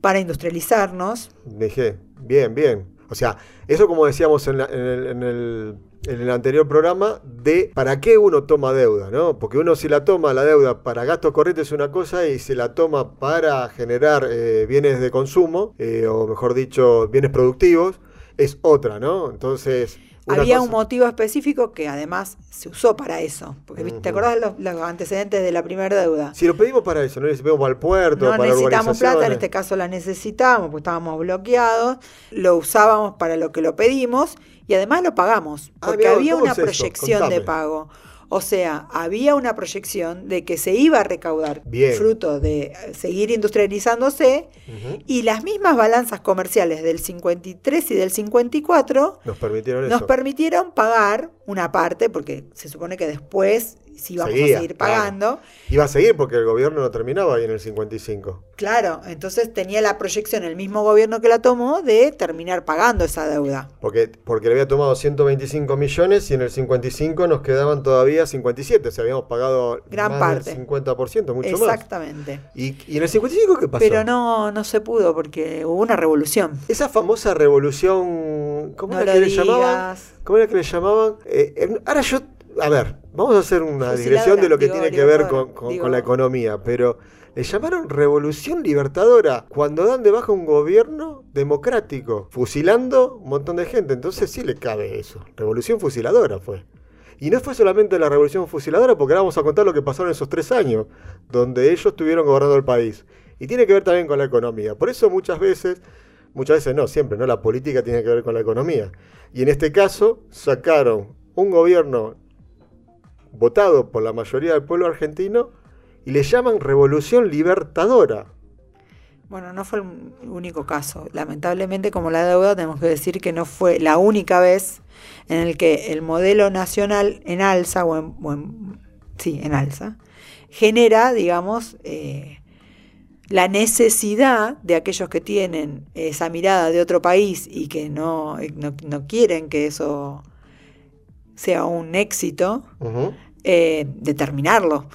Speaker 3: para industrializarnos.
Speaker 2: Dije, bien, bien. O sea, eso como decíamos en, la- en el, en el- en el anterior programa, de para qué uno toma deuda, ¿no? Porque uno si la toma la deuda para gastos corrientes es una cosa y si la toma para generar eh, bienes de consumo, eh, o mejor dicho, bienes productivos, es otra, ¿no? Entonces... una
Speaker 3: Había un
Speaker 2: cosa-
Speaker 3: motivo específico que además se usó para eso. Porque, ¿viste? ¿te
Speaker 2: Ujú.
Speaker 3: acordás los, los antecedentes de la primera deuda?
Speaker 2: Si lo pedimos para eso, no lo pedimos para el puerto,
Speaker 3: No
Speaker 2: para
Speaker 3: necesitábamos plata, en
Speaker 2: urbanizaciones.
Speaker 3: este caso la necesitábamos, porque estábamos bloqueados, lo usábamos para lo que lo pedimos y además lo pagamos,
Speaker 2: Ah,
Speaker 3: porque
Speaker 2: mirá,
Speaker 3: había
Speaker 2: ¿cómo
Speaker 3: una
Speaker 2: es eso?
Speaker 3: proyección
Speaker 2: Contame.
Speaker 3: de pago. O sea, había una proyección de que se iba a recaudar
Speaker 2: Bien.
Speaker 3: fruto de eh, seguir industrializándose
Speaker 2: Ujú.
Speaker 3: y las mismas balanzas comerciales del 53 y del 54
Speaker 2: Nos permitieron
Speaker 3: nos
Speaker 2: eso.
Speaker 3: permitieron pagar una parte, porque se supone que después si vamos
Speaker 2: Seguía,
Speaker 3: a seguir
Speaker 2: claro.
Speaker 3: pagando.
Speaker 2: Iba a seguir porque el gobierno no terminaba ahí en el 55.
Speaker 3: Claro, entonces tenía la proyección el mismo gobierno que la tomó de terminar pagando esa deuda.
Speaker 2: Porque, porque le había tomado 125 millones y en el 55 nos quedaban todavía 57. O sea, habíamos pagado
Speaker 3: Gran
Speaker 2: más del
Speaker 3: parte.
Speaker 2: 50%, mucho más.
Speaker 3: Exactamente.
Speaker 2: ¿Y, y en el 55 qué pasó?
Speaker 3: Pero no, no se pudo porque hubo una revolución.
Speaker 2: Esa famosa revolución. ¿Cómo
Speaker 3: No
Speaker 2: era
Speaker 3: lo
Speaker 2: que le
Speaker 3: digas.
Speaker 2: llamaban? ¿Cómo era que le llamaban? Eh, en- ahora yo. A ver, vamos a hacer una
Speaker 3: Fusiladora,
Speaker 2: digresión de lo que
Speaker 3: digo,
Speaker 2: tiene que ver
Speaker 3: libertadora,
Speaker 2: con, con-
Speaker 3: digo.
Speaker 2: con la economía, pero le llamaron revolución libertadora cuando dan de baja un gobierno democrático, fusilando un montón de gente. Entonces sí le cabe eso. Revolución fusiladora fue. Y no fue solamente la revolución fusiladora, porque ahora vamos a contar lo que pasaron esos tres años, donde ellos estuvieron gobernando el país. Y tiene que ver también con la economía. Por eso muchas veces, muchas veces no, siempre, ¿no? La política tiene que ver con la economía. Y en este caso, sacaron un gobierno votado por la mayoría del pueblo argentino y le llaman revolución libertadora.
Speaker 3: Bueno, no fue el único caso. Lamentablemente, como la deuda, tenemos que decir que no fue la única vez en el que el modelo nacional en alza, o en, o en- sí, en alza, genera, digamos, eh, la necesidad de aquellos que tienen esa mirada de otro país y que no, no- no quieren que eso sea un éxito,
Speaker 2: Ujú,
Speaker 3: eh, determinarlo,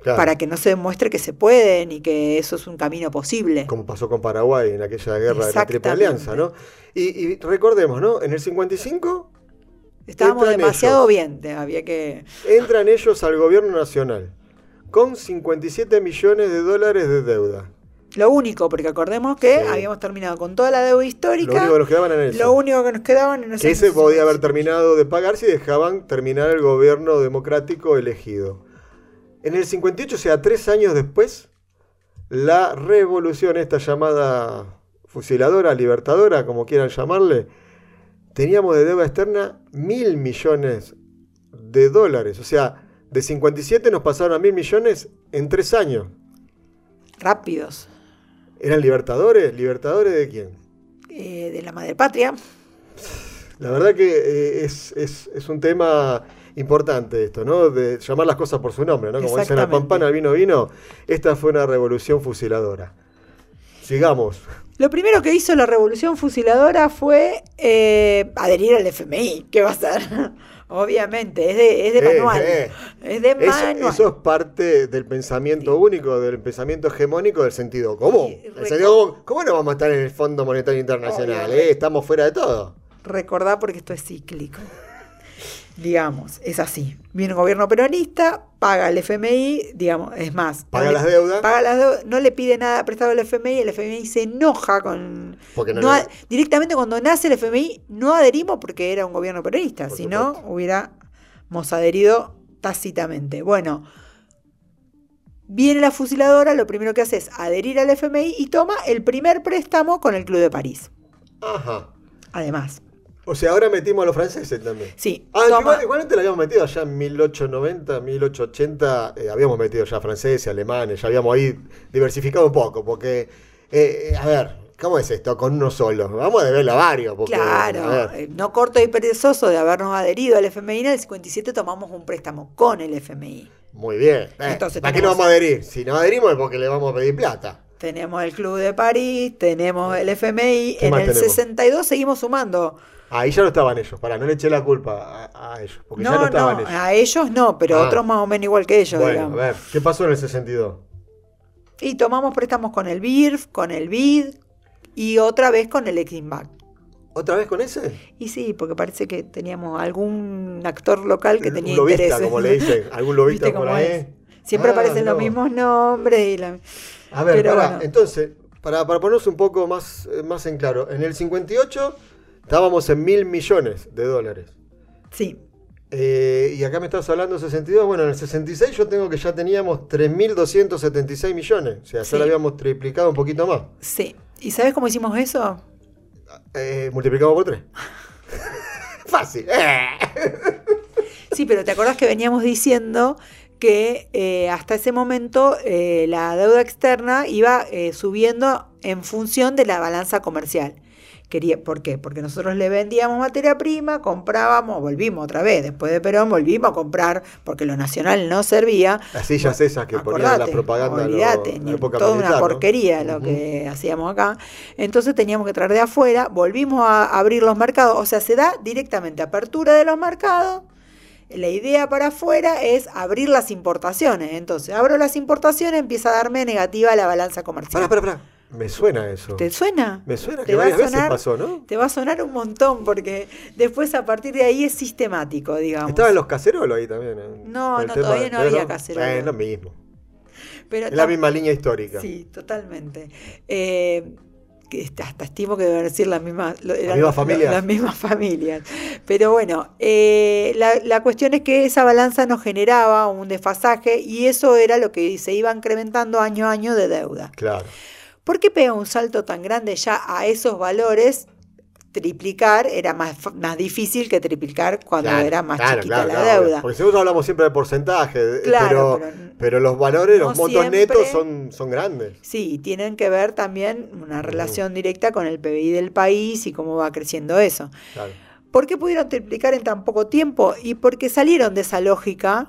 Speaker 2: claro.
Speaker 3: para que no se demuestre que se pueden y que eso es un camino posible.
Speaker 2: como pasó con Paraguay en aquella guerra de la Triple
Speaker 3: Exactamente.
Speaker 2: Alianza, ¿no? Y, y recordemos, ¿no? En el 55
Speaker 3: Estábamos
Speaker 2: Entran
Speaker 3: demasiado
Speaker 2: ellos.
Speaker 3: bien, te- había que...
Speaker 2: entran ellos al gobierno nacional con 57 millones de dólares de deuda.
Speaker 3: Lo único, porque acordemos que
Speaker 2: Sí.
Speaker 3: habíamos terminado con toda la deuda
Speaker 2: Lo
Speaker 3: histórica,
Speaker 2: único que nos quedaban era eso.
Speaker 3: que nos quedaban en
Speaker 2: que ese podía haber terminado de pagar si dejaban terminar el gobierno democrático elegido. En el 58, o sea, tres años después, la revolución, esta llamada fusiladora, libertadora, como quieran llamarle, teníamos de deuda externa mil millones de dólares. O sea, de 57 nos pasaron a mil millones en tres años.
Speaker 3: Rápidos,
Speaker 2: ¿Eran libertadores? ¿Libertadores de quién?
Speaker 3: eh, de la madre patria.
Speaker 2: La verdad que eh, es, es- es un tema importante esto, ¿no? De llamar las cosas por su nombre, ¿no? Como dicen la
Speaker 3: Exactamente.
Speaker 2: pampana, vino, vino. Esta fue una revolución fusiladora. Sigamos.
Speaker 3: Lo primero que hizo la revolución fusiladora fue eh, adherir al FMI. ¿Qué va a ser? Obviamente, es de, es de
Speaker 2: Eh,
Speaker 3: manual.
Speaker 2: eh.
Speaker 3: Es de
Speaker 2: Eso,
Speaker 3: manual.
Speaker 2: eso es parte del pensamiento único, del pensamiento hegemónico del sentido común.
Speaker 3: Y
Speaker 2: El
Speaker 3: reco-
Speaker 2: sentido común, ¿Cómo no vamos a estar en el Fondo Monetario Internacional?
Speaker 3: Obviamente.
Speaker 2: eh? Estamos fuera de todo.
Speaker 3: Recordá porque esto es cíclico. Digamos, es así. Viene un gobierno peronista, paga el FMI, digamos, es más. no
Speaker 2: Paga
Speaker 3: le-
Speaker 2: las deudas.
Speaker 3: Paga las deudas, no le pide nada prestado al FMI, el FMI se enoja con...
Speaker 2: Porque no
Speaker 3: no
Speaker 2: le-
Speaker 3: ad- Directamente cuando nace el FMI no adherimos porque era un gobierno peronista,
Speaker 2: Por
Speaker 3: si no hubiéramos adherido tácitamente. Bueno, viene la fusiladora, lo primero que hace es adherir al FMI y toma el primer préstamo con el Club de París.
Speaker 2: Ajá.
Speaker 3: Además,
Speaker 2: O sea, ahora metimos a los franceses también.
Speaker 3: sí.
Speaker 2: Ah,
Speaker 3: toma-
Speaker 2: igual, igualmente la habíamos metido allá en 1890, 1880, eh, habíamos metido ya franceses, alemanes, ya habíamos ahí diversificado un poco, porque, eh, eh, a ver, ¿cómo es esto? Con uno solo, vamos a deberlo a varios, porque, a
Speaker 3: Claro,
Speaker 2: ver,
Speaker 3: eh, no corto y perezoso de habernos adherido al FMI, en el 57 tomamos un préstamo con el FMI.
Speaker 2: muy bien. eh,
Speaker 3: Entonces
Speaker 2: ¿Para qué no
Speaker 3: tenemos-
Speaker 2: vamos a adherir? Si no adherimos es porque le vamos a pedir plata.
Speaker 3: Tenemos el Club de París, tenemos el FMI,
Speaker 2: ¿Qué
Speaker 3: en
Speaker 2: más
Speaker 3: el
Speaker 2: tenemos?
Speaker 3: 62 seguimos sumando.
Speaker 2: Ahí ya no estaban ellos, pará, no le eché la culpa a, a ellos, porque ya no
Speaker 3: No, no,
Speaker 2: estaban ellos.
Speaker 3: a ellos no, pero
Speaker 2: Ah.
Speaker 3: otros más o menos igual que ellos,
Speaker 2: bueno,
Speaker 3: digamos.
Speaker 2: a ver, ¿qué pasó en el 62?
Speaker 3: Y tomamos préstamos con el BIRF, con el BID y otra vez con el Exim Bank.
Speaker 2: ¿Otra vez con ese?
Speaker 3: Y sí, porque parece que teníamos algún actor local que
Speaker 2: Un
Speaker 3: tenía
Speaker 2: lobista,
Speaker 3: interés.
Speaker 2: como le dicen, algún lobista
Speaker 3: ¿Viste
Speaker 2: por
Speaker 3: cómo
Speaker 2: ahí.
Speaker 3: es? Siempre
Speaker 2: Ah,
Speaker 3: aparecen
Speaker 2: mirá
Speaker 3: los
Speaker 2: vos.
Speaker 3: mismos nombres y la...
Speaker 2: A ver,
Speaker 3: Pero
Speaker 2: pará,
Speaker 3: bueno.
Speaker 2: entonces, para, para ponernos un poco más, eh, más en claro, en el 58 estábamos en mil millones de dólares.
Speaker 3: Sí,
Speaker 2: Eh, y acá me estás hablando de 62, bueno, en el 66 yo tengo que ya teníamos 3.276 millones, o sea, ya
Speaker 3: Sí.
Speaker 2: lo habíamos triplicado un poquito más.
Speaker 3: sí. ¿Y sabes cómo hicimos eso?
Speaker 2: Eh, multiplicamos por 3. Fácil. eh.
Speaker 3: Sí, pero ¿te acordás que veníamos diciendo que eh, hasta ese momento eh, la deuda externa iba eh, subiendo en función de la balanza comercial? Quería, ¿Por qué? Porque nosotros le vendíamos materia prima, comprábamos, volvimos otra vez, después de Perón volvimos a comprar porque lo nacional no servía.
Speaker 2: Las sillas esas que ponían la
Speaker 3: Acordate,
Speaker 2: propaganda en
Speaker 3: olvidate,
Speaker 2: la
Speaker 3: ni-
Speaker 2: época
Speaker 3: toda
Speaker 2: militar,
Speaker 3: una
Speaker 2: ¿no?
Speaker 3: porquería lo
Speaker 2: Ujú.
Speaker 3: que hacíamos acá. Entonces teníamos que traer de afuera, volvimos a abrir los mercados, o sea, se da directamente apertura de los mercados. La idea para afuera es abrir las importaciones. Entonces, abro las importaciones, empieza a darme negativa la balanza comercial.
Speaker 2: Pará, pará, pará. Me suena eso.
Speaker 3: ¿Te suena?
Speaker 2: Me suena
Speaker 3: te
Speaker 2: que
Speaker 3: va a
Speaker 2: varias veces
Speaker 3: sonar-
Speaker 2: pasó, ¿no?
Speaker 3: Te va a sonar un montón porque después a partir de ahí es sistemático, digamos.
Speaker 2: Estaban los cacerolos ahí también. eh,
Speaker 3: No,
Speaker 2: con el
Speaker 3: no,
Speaker 2: tema
Speaker 3: todavía
Speaker 2: de-
Speaker 3: no había cacerolos.
Speaker 2: Eh, Es lo mismo.
Speaker 3: Pero
Speaker 2: Es la
Speaker 3: tam-
Speaker 2: misma línea histórica.
Speaker 3: Sí, totalmente. Eh, que est- hasta estimo que deben decir las mismas lo- eran
Speaker 2: mismas
Speaker 3: lo-
Speaker 2: familias.
Speaker 3: las mismas familias. Pero bueno, eh, la, la cuestión es que esa balanza nos generaba un desfasaje y eso era lo que se iba incrementando año a año de deuda.
Speaker 2: Claro.
Speaker 3: ¿Por qué pega un salto tan grande ya a esos valores? Triplicar era más, fa- más difícil que triplicar cuando
Speaker 2: claro,
Speaker 3: era más
Speaker 2: claro,
Speaker 3: chiquita
Speaker 2: claro,
Speaker 3: la
Speaker 2: claro,
Speaker 3: deuda.
Speaker 2: Porque nosotros hablamos siempre de porcentaje, de-
Speaker 3: Claro,
Speaker 2: pero,
Speaker 3: pero-
Speaker 2: pero los valores,
Speaker 3: no
Speaker 2: los montos
Speaker 3: siempre-
Speaker 2: netos son, son grandes.
Speaker 3: Sí, y tienen que ver también una relación directa con el PBI del país y cómo va creciendo eso.
Speaker 2: Claro.
Speaker 3: ¿Por qué pudieron triplicar en tan poco tiempo? Y porque salieron de esa lógica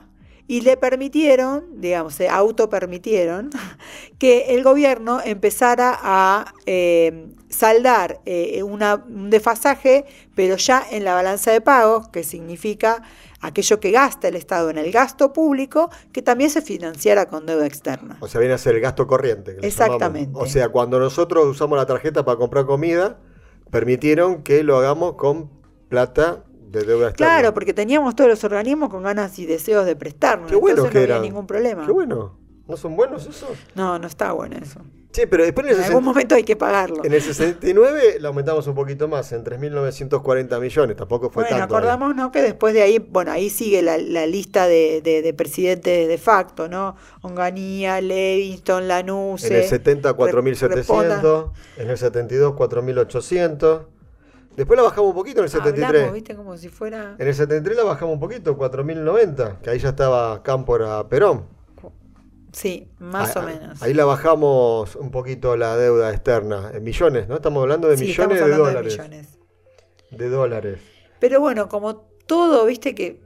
Speaker 3: y le permitieron, digamos, se autopermitieron, que el gobierno empezara a eh, saldar eh, una- un desfasaje, pero ya en la balanza de pagos, que significa aquello que gasta el Estado en el gasto público, que también se financiara con deuda externa.
Speaker 2: O sea, viene a ser el gasto corriente. que le llamamos.
Speaker 3: Exactamente.
Speaker 2: O sea, cuando nosotros usamos la tarjeta para comprar comida, permitieron que lo hagamos con plata de deuda externa.
Speaker 3: Claro, porque teníamos todos los organismos con ganas y deseos de prestarnos.
Speaker 2: Qué bueno
Speaker 3: entonces
Speaker 2: que
Speaker 3: no había
Speaker 2: eran.
Speaker 3: ningún problema.
Speaker 2: Qué bueno. ¿No son buenos esos?
Speaker 3: No, no está bueno eso.
Speaker 2: Sí, pero después en el,
Speaker 3: En
Speaker 2: 60
Speaker 3: algún momento hay que pagarlo.
Speaker 2: en el 69 la aumentamos un poquito más, en 3.940 millones. Tampoco fue
Speaker 3: Bueno,
Speaker 2: tanto. ¿eh?
Speaker 3: acordamos ¿no? que después de ahí, bueno, ahí sigue la, la lista de, de- de presidentes de facto, ¿no? Onganía, Levingston, Lanús.
Speaker 2: En el 70, 4.700.
Speaker 3: Reponda.
Speaker 2: En el 72, 4.800. Después la bajamos un poquito en el 73.
Speaker 3: Ah, Hablamos, viste, como si fuera...
Speaker 2: En el 73 la bajamos un poquito, 4.090. Que ahí ya estaba Cámpora Perón.
Speaker 3: Sí, más
Speaker 2: Ah,
Speaker 3: o
Speaker 2: ah,
Speaker 3: menos.
Speaker 2: Ahí la bajamos un poquito la deuda externa. En millones, ¿no? Estamos hablando de
Speaker 3: Sí, estamos
Speaker 2: millones de
Speaker 3: hablando
Speaker 2: dólares. De,
Speaker 3: millones.
Speaker 2: dólares.
Speaker 3: Pero bueno, como todo, viste que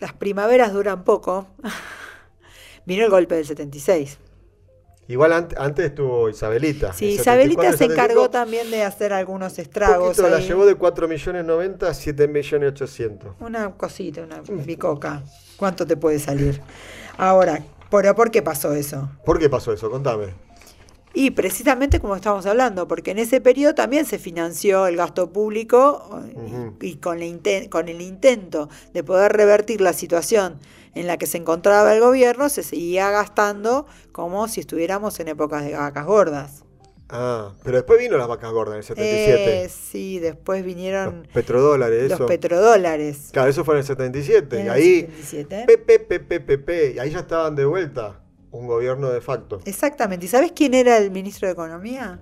Speaker 3: las primaveras duran poco, vino el golpe del 76.
Speaker 2: Igual an- antes estuvo Isabelita.
Speaker 3: Sí,
Speaker 2: El
Speaker 3: Isabelita
Speaker 2: 74,
Speaker 3: se
Speaker 2: el 75,
Speaker 3: encargó también de hacer algunos
Speaker 2: un
Speaker 3: estragos.
Speaker 2: poquito la
Speaker 3: ahí.
Speaker 2: llevó de 4.090 a 7.800.
Speaker 3: Una cosita, una bicoca. ¿Cuánto te puede salir? Ahora, ¿pero por qué pasó eso?
Speaker 2: ¿Por qué pasó eso? Contame.
Speaker 3: Y precisamente como estamos hablando, porque en ese periodo también se financió el gasto público y-
Speaker 2: Ujú.
Speaker 3: y con, la inten- con el intento de poder revertir la situación en la que se encontraba el gobierno, se seguía gastando como si estuviéramos en épocas de vacas gordas.
Speaker 2: Ah, pero después vino las vacas gordas en el 77.
Speaker 3: Eh, sí, después vinieron
Speaker 2: Los petrodólares,
Speaker 3: los
Speaker 2: eso.
Speaker 3: petrodólares.
Speaker 2: claro, eso fue en el 77. y
Speaker 3: en el
Speaker 2: ahí,
Speaker 3: 77.
Speaker 2: pe, pe, pe, pe, pe, pe, y ahí ya estaban de vuelta un gobierno de facto.
Speaker 3: Exactamente. ¿Y sabes quién era el ministro de Economía?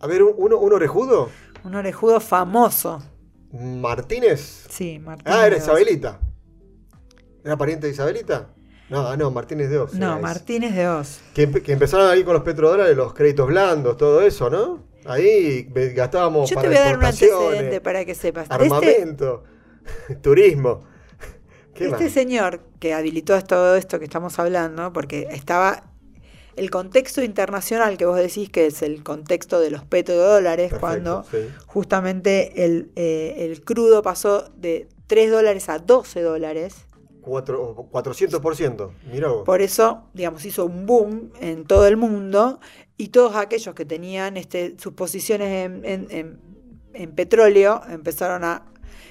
Speaker 2: A ver, un, uno, un orejudo,
Speaker 3: Un orejudo famoso.
Speaker 2: Martínez.
Speaker 3: Sí, Martín.
Speaker 2: Ah, era
Speaker 3: de Oz.
Speaker 2: Isabelita. ¿Era pariente de Isabelita? No, ah, no, Martínez de Oz. era
Speaker 3: No,
Speaker 2: ese.
Speaker 3: Martínez de Oz.
Speaker 2: Que, empe- que empezaron ahí con los petrodólares, los créditos blandos, todo eso, ¿no? Ahí ve- gastábamos
Speaker 3: Yo
Speaker 2: para
Speaker 3: te voy a dar un
Speaker 2: exportaciones,
Speaker 3: antecedente para que sepas. De Este,
Speaker 2: armamento, turismo. ¿Qué
Speaker 3: este
Speaker 2: más?
Speaker 3: señor que habilitó todo esto que estamos hablando, porque estaba el contexto internacional que vos decís que es el contexto de los petrodólares,
Speaker 2: Perfecto,
Speaker 3: cuando
Speaker 2: sí.
Speaker 3: justamente el, eh, el crudo pasó de 3 dólares a 12 dólares.
Speaker 2: Cuatro- o 400%, mirá vos.
Speaker 3: Por eso, digamos, hizo un boom en todo el mundo y todos aquellos que tenían este, sus posiciones en, en- en- en petróleo empezaron a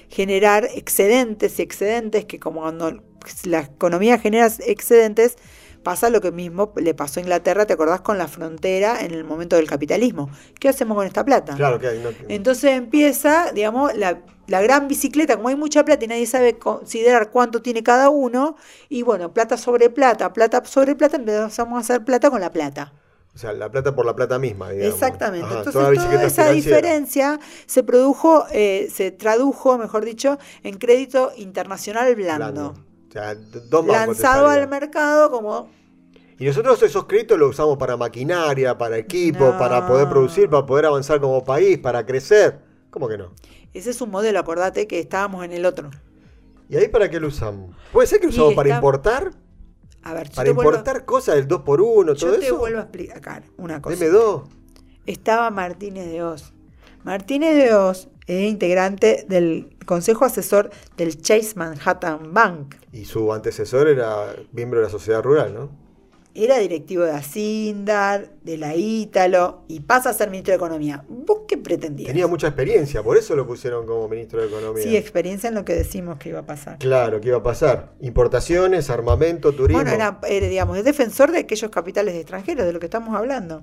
Speaker 3: generar excedentes y excedentes que como cuando la economía genera excedentes, pasa lo que mismo le pasó a Inglaterra, ¿te acordás? Con la frontera en el momento del capitalismo. ¿Qué hacemos con esta plata?
Speaker 2: Claro que hay, no-
Speaker 3: Entonces empieza, digamos, la, la gran bicicleta, como hay mucha plata y nadie sabe considerar cuánto tiene cada uno, y bueno, plata sobre plata, plata sobre plata, empezamos a hacer plata con la plata.
Speaker 2: o sea, la plata por la plata misma, digamos.
Speaker 3: Exactamente.
Speaker 2: Ajá,
Speaker 3: Entonces
Speaker 2: toda la
Speaker 3: toda,
Speaker 2: bicicleta
Speaker 3: esa
Speaker 2: financiera.
Speaker 3: diferencia se produjo, eh, se tradujo, mejor dicho, en crédito internacional blando,
Speaker 2: Blando. O sea, d- dos bancos te
Speaker 3: lanzado
Speaker 2: salían.
Speaker 3: al mercado como
Speaker 2: Y nosotros esos créditos los usamos para maquinaria, para equipo,
Speaker 3: No.
Speaker 2: para poder producir, para poder avanzar como país, para crecer. ¿Cómo que no?
Speaker 3: Ese es un modelo, acordate que estábamos en el otro.
Speaker 2: ¿Y ahí para qué lo usamos? ¿Puede ser que lo
Speaker 3: Y
Speaker 2: usamos para
Speaker 3: está-
Speaker 2: importar?
Speaker 3: A ver, yo
Speaker 2: ¿Para
Speaker 3: te vuelvo-
Speaker 2: importar cosas del 2x1, todo
Speaker 3: yo te
Speaker 2: eso?
Speaker 3: vuelvo a explicar una cosa.
Speaker 2: Deme dos.
Speaker 3: estaba Martínez de Oz. Martínez de Oz era integrante del consejo asesor del Chase Manhattan Bank.
Speaker 2: Y su antecesor era miembro de la sociedad rural, ¿no?
Speaker 3: Era directivo de Asindar, de la Ítalo y pasa a ser ministro de Economía. ¿Vos qué pretendías?
Speaker 2: Tenía mucha experiencia, por eso lo pusieron como ministro de Economía.
Speaker 3: sí, experiencia en lo que decimos que iba a pasar.
Speaker 2: Claro, ¿qué iba a pasar? Importaciones, armamento, turismo.
Speaker 3: Bueno, era, era, digamos, es defensor de aquellos capitales extranjeros, de lo que estamos hablando.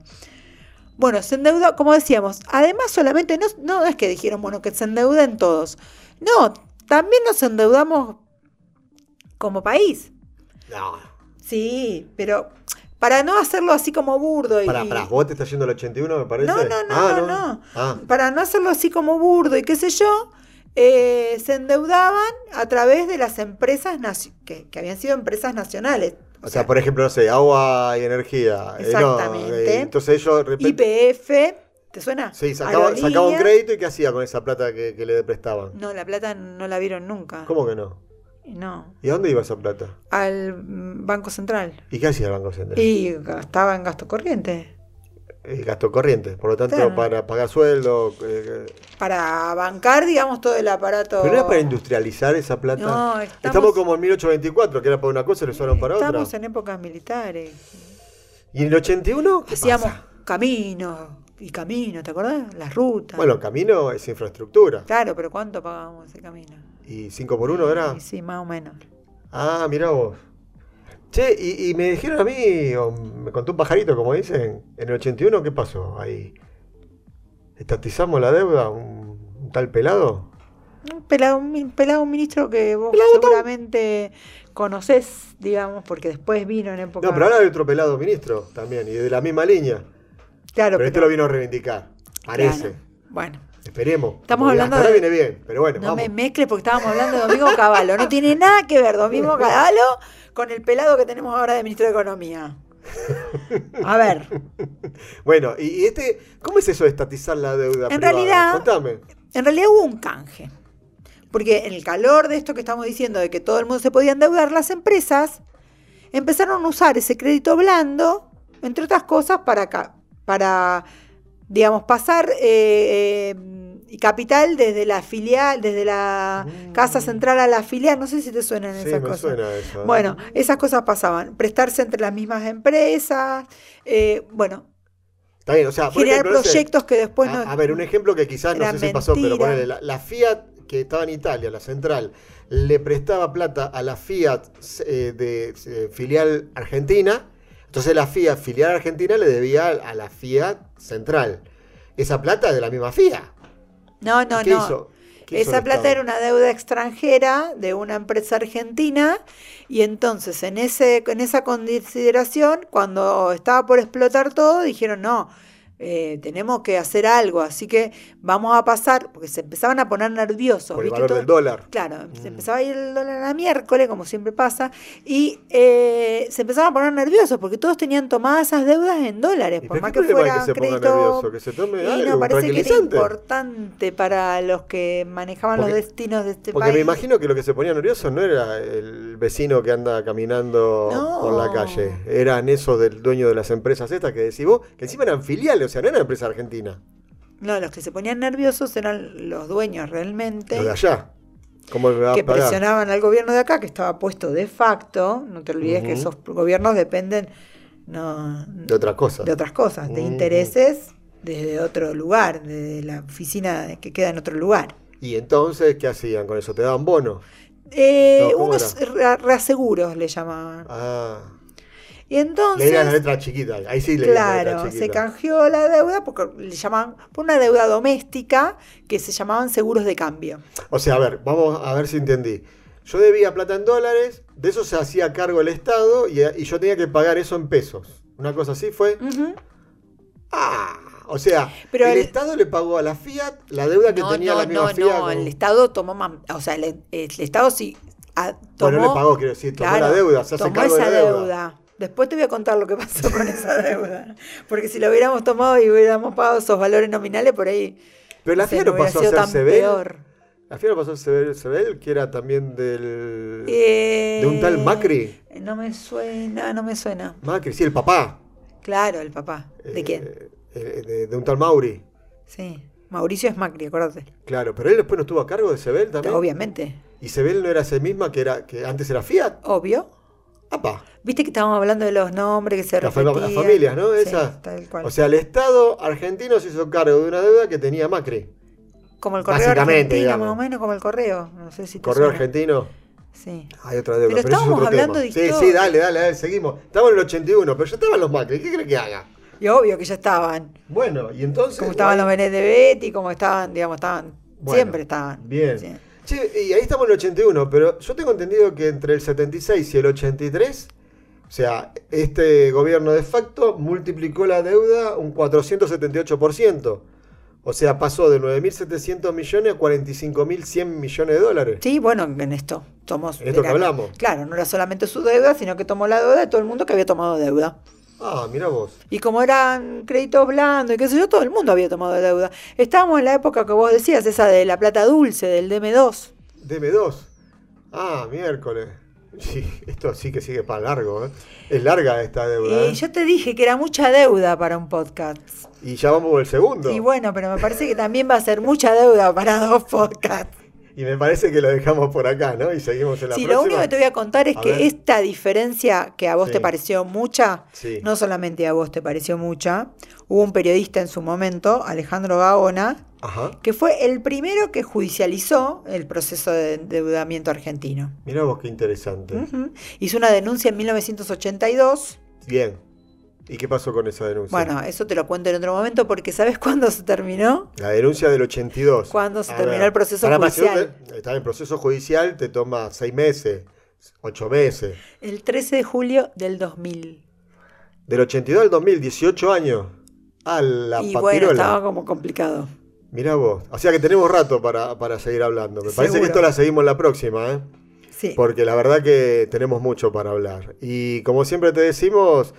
Speaker 3: Bueno, se endeudó, como decíamos, además solamente, no, no es que dijeron, bueno, que se endeuden todos. No, también nos endeudamos como país.
Speaker 2: No,
Speaker 3: Sí, pero para no hacerlo así como burdo y...
Speaker 2: pará, pará, vos te estás yendo al 81, me parece.
Speaker 3: No, no, no,
Speaker 2: Ah,
Speaker 3: no, no.
Speaker 2: Ah,
Speaker 3: Para no hacerlo así como burdo y qué sé yo, eh, se endeudaban a través de las empresas naci- que, que habían sido empresas nacionales.
Speaker 2: o sea, por ejemplo, no sé, agua y energía. eh, no,
Speaker 3: Exactamente.
Speaker 2: eh, entonces ellos de repente.
Speaker 3: IPF, ¿te suena?
Speaker 2: Sí, sacaba,
Speaker 3: Aerolínea.
Speaker 2: sacaba un crédito y ¿qué hacía con esa plata que, que le prestaban?
Speaker 3: No, la plata no la vieron nunca.
Speaker 2: ¿Cómo que no?
Speaker 3: No.
Speaker 2: ¿Y a dónde iba esa plata?
Speaker 3: Al mm, Banco Central.
Speaker 2: ¿Y qué hacía el Banco Central?
Speaker 3: Y gastaba en gasto corriente.
Speaker 2: Eh, gasto corriente, por lo tanto,
Speaker 3: Claro.
Speaker 2: para pagar sueldo. eh, eh.
Speaker 3: Para bancar, digamos, todo el aparato.
Speaker 2: ¿Pero no era para industrializar esa plata?
Speaker 3: No, estamos-
Speaker 2: estamos, como en 1824, que era para una cosa y lo usaron para otra.
Speaker 3: Estamos en épocas militares.
Speaker 2: ¿Y en el 81? ¿Qué
Speaker 3: Hacíamos
Speaker 2: pasa?
Speaker 3: caminos y caminos, ¿te acordás? Las rutas.
Speaker 2: Bueno, camino es infraestructura.
Speaker 3: Claro, pero ¿cuánto pagábamos ese camino?
Speaker 2: ¿Y 5 por 1 era?
Speaker 3: Y sí, más o menos.
Speaker 2: Ah, mirá vos. Che, y, y me dijeron a mí, o me contó un pajarito, como dicen, en el 81, ¿qué pasó ahí? ¿Estatizamos la deuda? ¿Un, un tal pelado?
Speaker 3: Un pelado, un min- pelado ministro que vos seguramente conocés, digamos, porque después vino en época.
Speaker 2: No, pero ahora hay otro pelado ministro también, y de la misma línea.
Speaker 3: Claro,
Speaker 2: Pero este
Speaker 3: pero-
Speaker 2: lo vino a reivindicar, parece.
Speaker 3: claro. Bueno,
Speaker 2: Esperemos.
Speaker 3: Estamos
Speaker 2: Porque
Speaker 3: hablando
Speaker 2: hasta
Speaker 3: de-
Speaker 2: ahora viene bien, pero bueno,
Speaker 3: no
Speaker 2: vamos.
Speaker 3: me mezcles porque estábamos hablando de Domingo Cavallo. No tiene nada que ver Domingo Cavallo con el pelado que tenemos ahora de ministro de Economía. A ver,
Speaker 2: Bueno, y, y este, ¿cómo es eso de estatizar la deuda?
Speaker 3: En
Speaker 2: privada?
Speaker 3: realidad-
Speaker 2: Contame.
Speaker 3: En realidad hubo un canje. Porque en el calor de esto que estamos diciendo, de que todo el mundo se podía endeudar, las empresas empezaron a usar ese crédito blando, entre otras cosas, para, ca- para digamos, pasar eh, eh, capital desde la filial, desde la
Speaker 2: Mm.
Speaker 3: casa central a la filial. No sé si te suenan
Speaker 2: Sí,
Speaker 3: esas
Speaker 2: me
Speaker 3: cosas.
Speaker 2: suena eso. ¿eh?
Speaker 3: Bueno, esas cosas pasaban. Prestarse entre las mismas empresas. eh, bueno,
Speaker 2: Está bien, o sea, por
Speaker 3: generar
Speaker 2: ejemplo, no sé,
Speaker 3: proyectos que después
Speaker 2: a,
Speaker 3: no.
Speaker 2: a ver, un ejemplo que quizás no
Speaker 3: era
Speaker 2: sé si pasó, pero
Speaker 3: mentira.
Speaker 2: ponele, la, la Fiat que estaba en Italia, la central, le prestaba plata a la Fiat eh, de eh, filial argentina, entonces la Fiat filial argentina le debía a la Fiat central. Esa plata es de la misma Fiat.
Speaker 3: No, no,
Speaker 2: ¿Qué
Speaker 3: no.
Speaker 2: hizo? ¿Qué hizo
Speaker 3: Esa
Speaker 2: el
Speaker 3: plata
Speaker 2: Estado?
Speaker 3: era una deuda extranjera de una empresa argentina y entonces en, ese, en esa consideración, cuando estaba por explotar todo, dijeron no. eh, tenemos que hacer algo, así que vamos a pasar, porque se empezaban a poner nerviosos.
Speaker 2: Por el
Speaker 3: ¿viste?
Speaker 2: valor
Speaker 3: Todo-
Speaker 2: del dólar.
Speaker 3: Claro,
Speaker 2: Mm.
Speaker 3: se empezaba a ir el dólar a miércoles, como siempre pasa, y eh, se empezaban a poner nerviosos porque todos tenían tomadas esas deudas en dólares,
Speaker 2: ¿Y
Speaker 3: por
Speaker 2: pero
Speaker 3: más
Speaker 2: qué
Speaker 3: que
Speaker 2: problema
Speaker 3: fueran
Speaker 2: es que se ponga
Speaker 3: crédito
Speaker 2: nervioso? Que se tome
Speaker 3: y
Speaker 2: algo,
Speaker 3: no,
Speaker 2: un
Speaker 3: parece que era
Speaker 2: tranquilizante.
Speaker 3: importante para los que manejaban
Speaker 2: Porque-
Speaker 3: los destinos de este
Speaker 2: Porque
Speaker 3: país.
Speaker 2: me imagino que lo que se ponía nervioso no era el vecino que anda caminando
Speaker 3: No.
Speaker 2: por la calle, eran esos del dueño de las empresas estas que decís vos, que encima eran filiales, o sea, no eran empresas argentinas,
Speaker 3: No, los que se ponían nerviosos eran los dueños realmente,
Speaker 2: los de allá. ¿Cómo me va
Speaker 3: que
Speaker 2: a pagar?
Speaker 3: presionaban al gobierno de acá, que estaba puesto de facto. No te olvides que
Speaker 2: Ujú.
Speaker 3: esos gobiernos dependen no,
Speaker 2: De otras cosas.
Speaker 3: de otras cosas, de
Speaker 2: Ujú.
Speaker 3: intereses desde otro lugar, desde la oficina que queda en otro lugar.
Speaker 2: Y entonces, ¿qué hacían con eso? ¿Te daban bono?
Speaker 3: Eh,
Speaker 2: No, ¿cómo
Speaker 3: unos re- reaseguros le llamaban.
Speaker 2: Ah,
Speaker 3: Y entonces...
Speaker 2: leían la letra chiquita, ahí sí leían la
Speaker 3: Claro,
Speaker 2: letra
Speaker 3: se
Speaker 2: chiquita.
Speaker 3: canjeó la deuda porque le llamaban por una deuda doméstica que se llamaban seguros de cambio.
Speaker 2: O sea, a ver, vamos a ver si entendí. Yo debía plata en dólares, de eso se hacía cargo el Estado y, y yo tenía que pagar eso en pesos. Una cosa así fue.
Speaker 3: Ujú.
Speaker 2: Ah, o sea,
Speaker 3: Pero
Speaker 2: el,
Speaker 3: el-
Speaker 2: Estado le pagó a la Fiat la deuda que
Speaker 3: No,
Speaker 2: tenía
Speaker 3: no,
Speaker 2: la misma
Speaker 3: no,
Speaker 2: Fiat.
Speaker 3: no,
Speaker 2: con-
Speaker 3: el Estado tomó, mam- o sea, el, el Estado sí ah, tomó,
Speaker 2: Bueno, no le pagó, quiero decir, tomó
Speaker 3: claro,
Speaker 2: la deuda, se hace
Speaker 3: tomó
Speaker 2: cargo de
Speaker 3: esa
Speaker 2: la deuda.
Speaker 3: deuda. Después te voy a contar lo que pasó con esa deuda. Porque si lo hubiéramos tomado y hubiéramos pagado esos valores nominales, por ahí.
Speaker 2: Pero la
Speaker 3: se
Speaker 2: FIA
Speaker 3: nos
Speaker 2: no
Speaker 3: hubiera
Speaker 2: pasó a
Speaker 3: sido
Speaker 2: ser
Speaker 3: tan
Speaker 2: Sebel.
Speaker 3: peor.
Speaker 2: La FIA no pasó a ser Sebel, que era también del.
Speaker 3: Eh,
Speaker 2: de un tal Macri.
Speaker 3: No me suena, no me suena.
Speaker 2: Macri, sí, el papá.
Speaker 3: Claro, el papá. ¿De
Speaker 2: Eh,
Speaker 3: quién?
Speaker 2: eh, de, de un tal Mauri.
Speaker 3: Sí. Mauricio es Macri, acuérdate.
Speaker 2: Claro, pero él después no estuvo a cargo de Sebel también.
Speaker 3: Obviamente.
Speaker 2: Y Sebel no era ese misma que era que antes era Fiat.
Speaker 3: Obvio.
Speaker 2: Apa.
Speaker 3: Viste que estábamos hablando de los nombres que se
Speaker 2: Las, fam- las
Speaker 3: repetían.
Speaker 2: familias, ¿no?
Speaker 3: Sí,
Speaker 2: Esas.
Speaker 3: tal cual.
Speaker 2: O sea, el Estado argentino se hizo cargo de una deuda que tenía Macri.
Speaker 3: como el correo
Speaker 2: básicamente,
Speaker 3: argentino,
Speaker 2: digamos.
Speaker 3: más o menos como el correo. No sé si te
Speaker 2: Correo
Speaker 3: suena.
Speaker 2: argentino.
Speaker 3: Sí.
Speaker 2: Hay otra deuda. eso
Speaker 3: Pero
Speaker 2: es
Speaker 3: estábamos
Speaker 2: otro
Speaker 3: hablando
Speaker 2: tema.
Speaker 3: de
Speaker 2: Sí, sí,
Speaker 3: historia.
Speaker 2: dale, dale, dale, seguimos. Estamos en el 81, pero ya estaban los Macri. ¿Qué crees que haga?
Speaker 3: Y obvio que ya estaban.
Speaker 2: Bueno, y entonces.
Speaker 3: Como estaban los Benedetti, como estaban, digamos, estaban.
Speaker 2: Bueno,
Speaker 3: siempre estaban.
Speaker 2: Bien.
Speaker 3: Sí.
Speaker 2: Che, y ahí estamos en el 81, pero yo tengo entendido que entre el 76 y el 83, o sea, este gobierno de facto multiplicó la deuda un 478%. O sea, pasó de 9.700 millones a 45.100 millones de dólares.
Speaker 3: Sí, bueno, en esto. Somos
Speaker 2: En esto que
Speaker 3: era-
Speaker 2: hablamos.
Speaker 3: Claro, no era solamente su deuda, sino que tomó la deuda de todo el mundo que había tomado deuda.
Speaker 2: Ah, mira vos.
Speaker 3: Y como eran créditos blandos y qué sé yo, todo el mundo había tomado deuda. Estábamos en la época que vos decías, esa de la plata dulce, del DM2.
Speaker 2: DM2. Ah, miércoles. Sí, esto sí que sigue para largo. ¿eh? Es larga esta deuda.
Speaker 3: Eh,
Speaker 2: ¿eh?
Speaker 3: yo te dije que era mucha deuda para un podcast.
Speaker 2: Y ya vamos por el segundo.
Speaker 3: Y bueno, pero me parece que también va a ser mucha deuda para dos podcasts.
Speaker 2: Y me parece que lo dejamos por acá, ¿no? Y seguimos en la
Speaker 3: Sí,
Speaker 2: próxima.
Speaker 3: lo único que te voy a contar es
Speaker 2: A
Speaker 3: que
Speaker 2: ver.
Speaker 3: esta diferencia que a vos
Speaker 2: Sí.
Speaker 3: te pareció mucha,
Speaker 2: Sí.
Speaker 3: no solamente a vos te pareció mucha, hubo un periodista en su momento, Alejandro Gaona,
Speaker 2: Ajá.
Speaker 3: que fue el primero que judicializó el proceso de endeudamiento argentino.
Speaker 2: Mirá vos qué interesante.
Speaker 3: Ujú. Hizo una denuncia en 1982.
Speaker 2: Bien. ¿Y qué pasó con esa denuncia?
Speaker 3: Bueno, eso te lo cuento en otro momento porque ¿sabes cuándo se terminó?
Speaker 2: La denuncia del 82.
Speaker 3: Cuando se
Speaker 2: A
Speaker 3: terminó el proceso
Speaker 2: Pará, más,
Speaker 3: judicial.
Speaker 2: si vos te- Está en proceso judicial, te toma seis meses, ocho meses.
Speaker 3: El 13 de julio del 2000.
Speaker 2: Del 82 al 2000, 18 años. A la
Speaker 3: y bueno, estaba
Speaker 2: papirola.
Speaker 3: como complicado.
Speaker 2: Mirá vos. O sea que tenemos rato para, para seguir hablando. Me parece que
Speaker 3: Seguro.
Speaker 2: esto la seguimos la próxima, ¿eh?
Speaker 3: Sí.
Speaker 2: Porque la verdad que tenemos mucho para hablar. Y como siempre te decimos,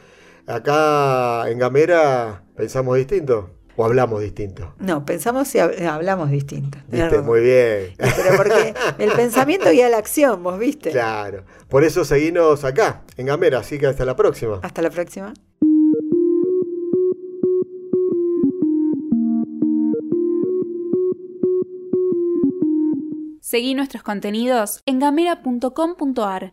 Speaker 2: acá en Gamera pensamos distinto o hablamos distinto.
Speaker 3: No, pensamos y hab- hablamos distinto. tenés
Speaker 2: ¿Viste?
Speaker 3: razón.
Speaker 2: Muy bien.
Speaker 3: Pero porque el pensamiento guía la acción, vos viste.
Speaker 2: Claro. Por eso seguimos acá, en Gamera. Así que hasta la próxima.
Speaker 3: Hasta la próxima.
Speaker 1: Seguí nuestros contenidos en gamera.com.ar.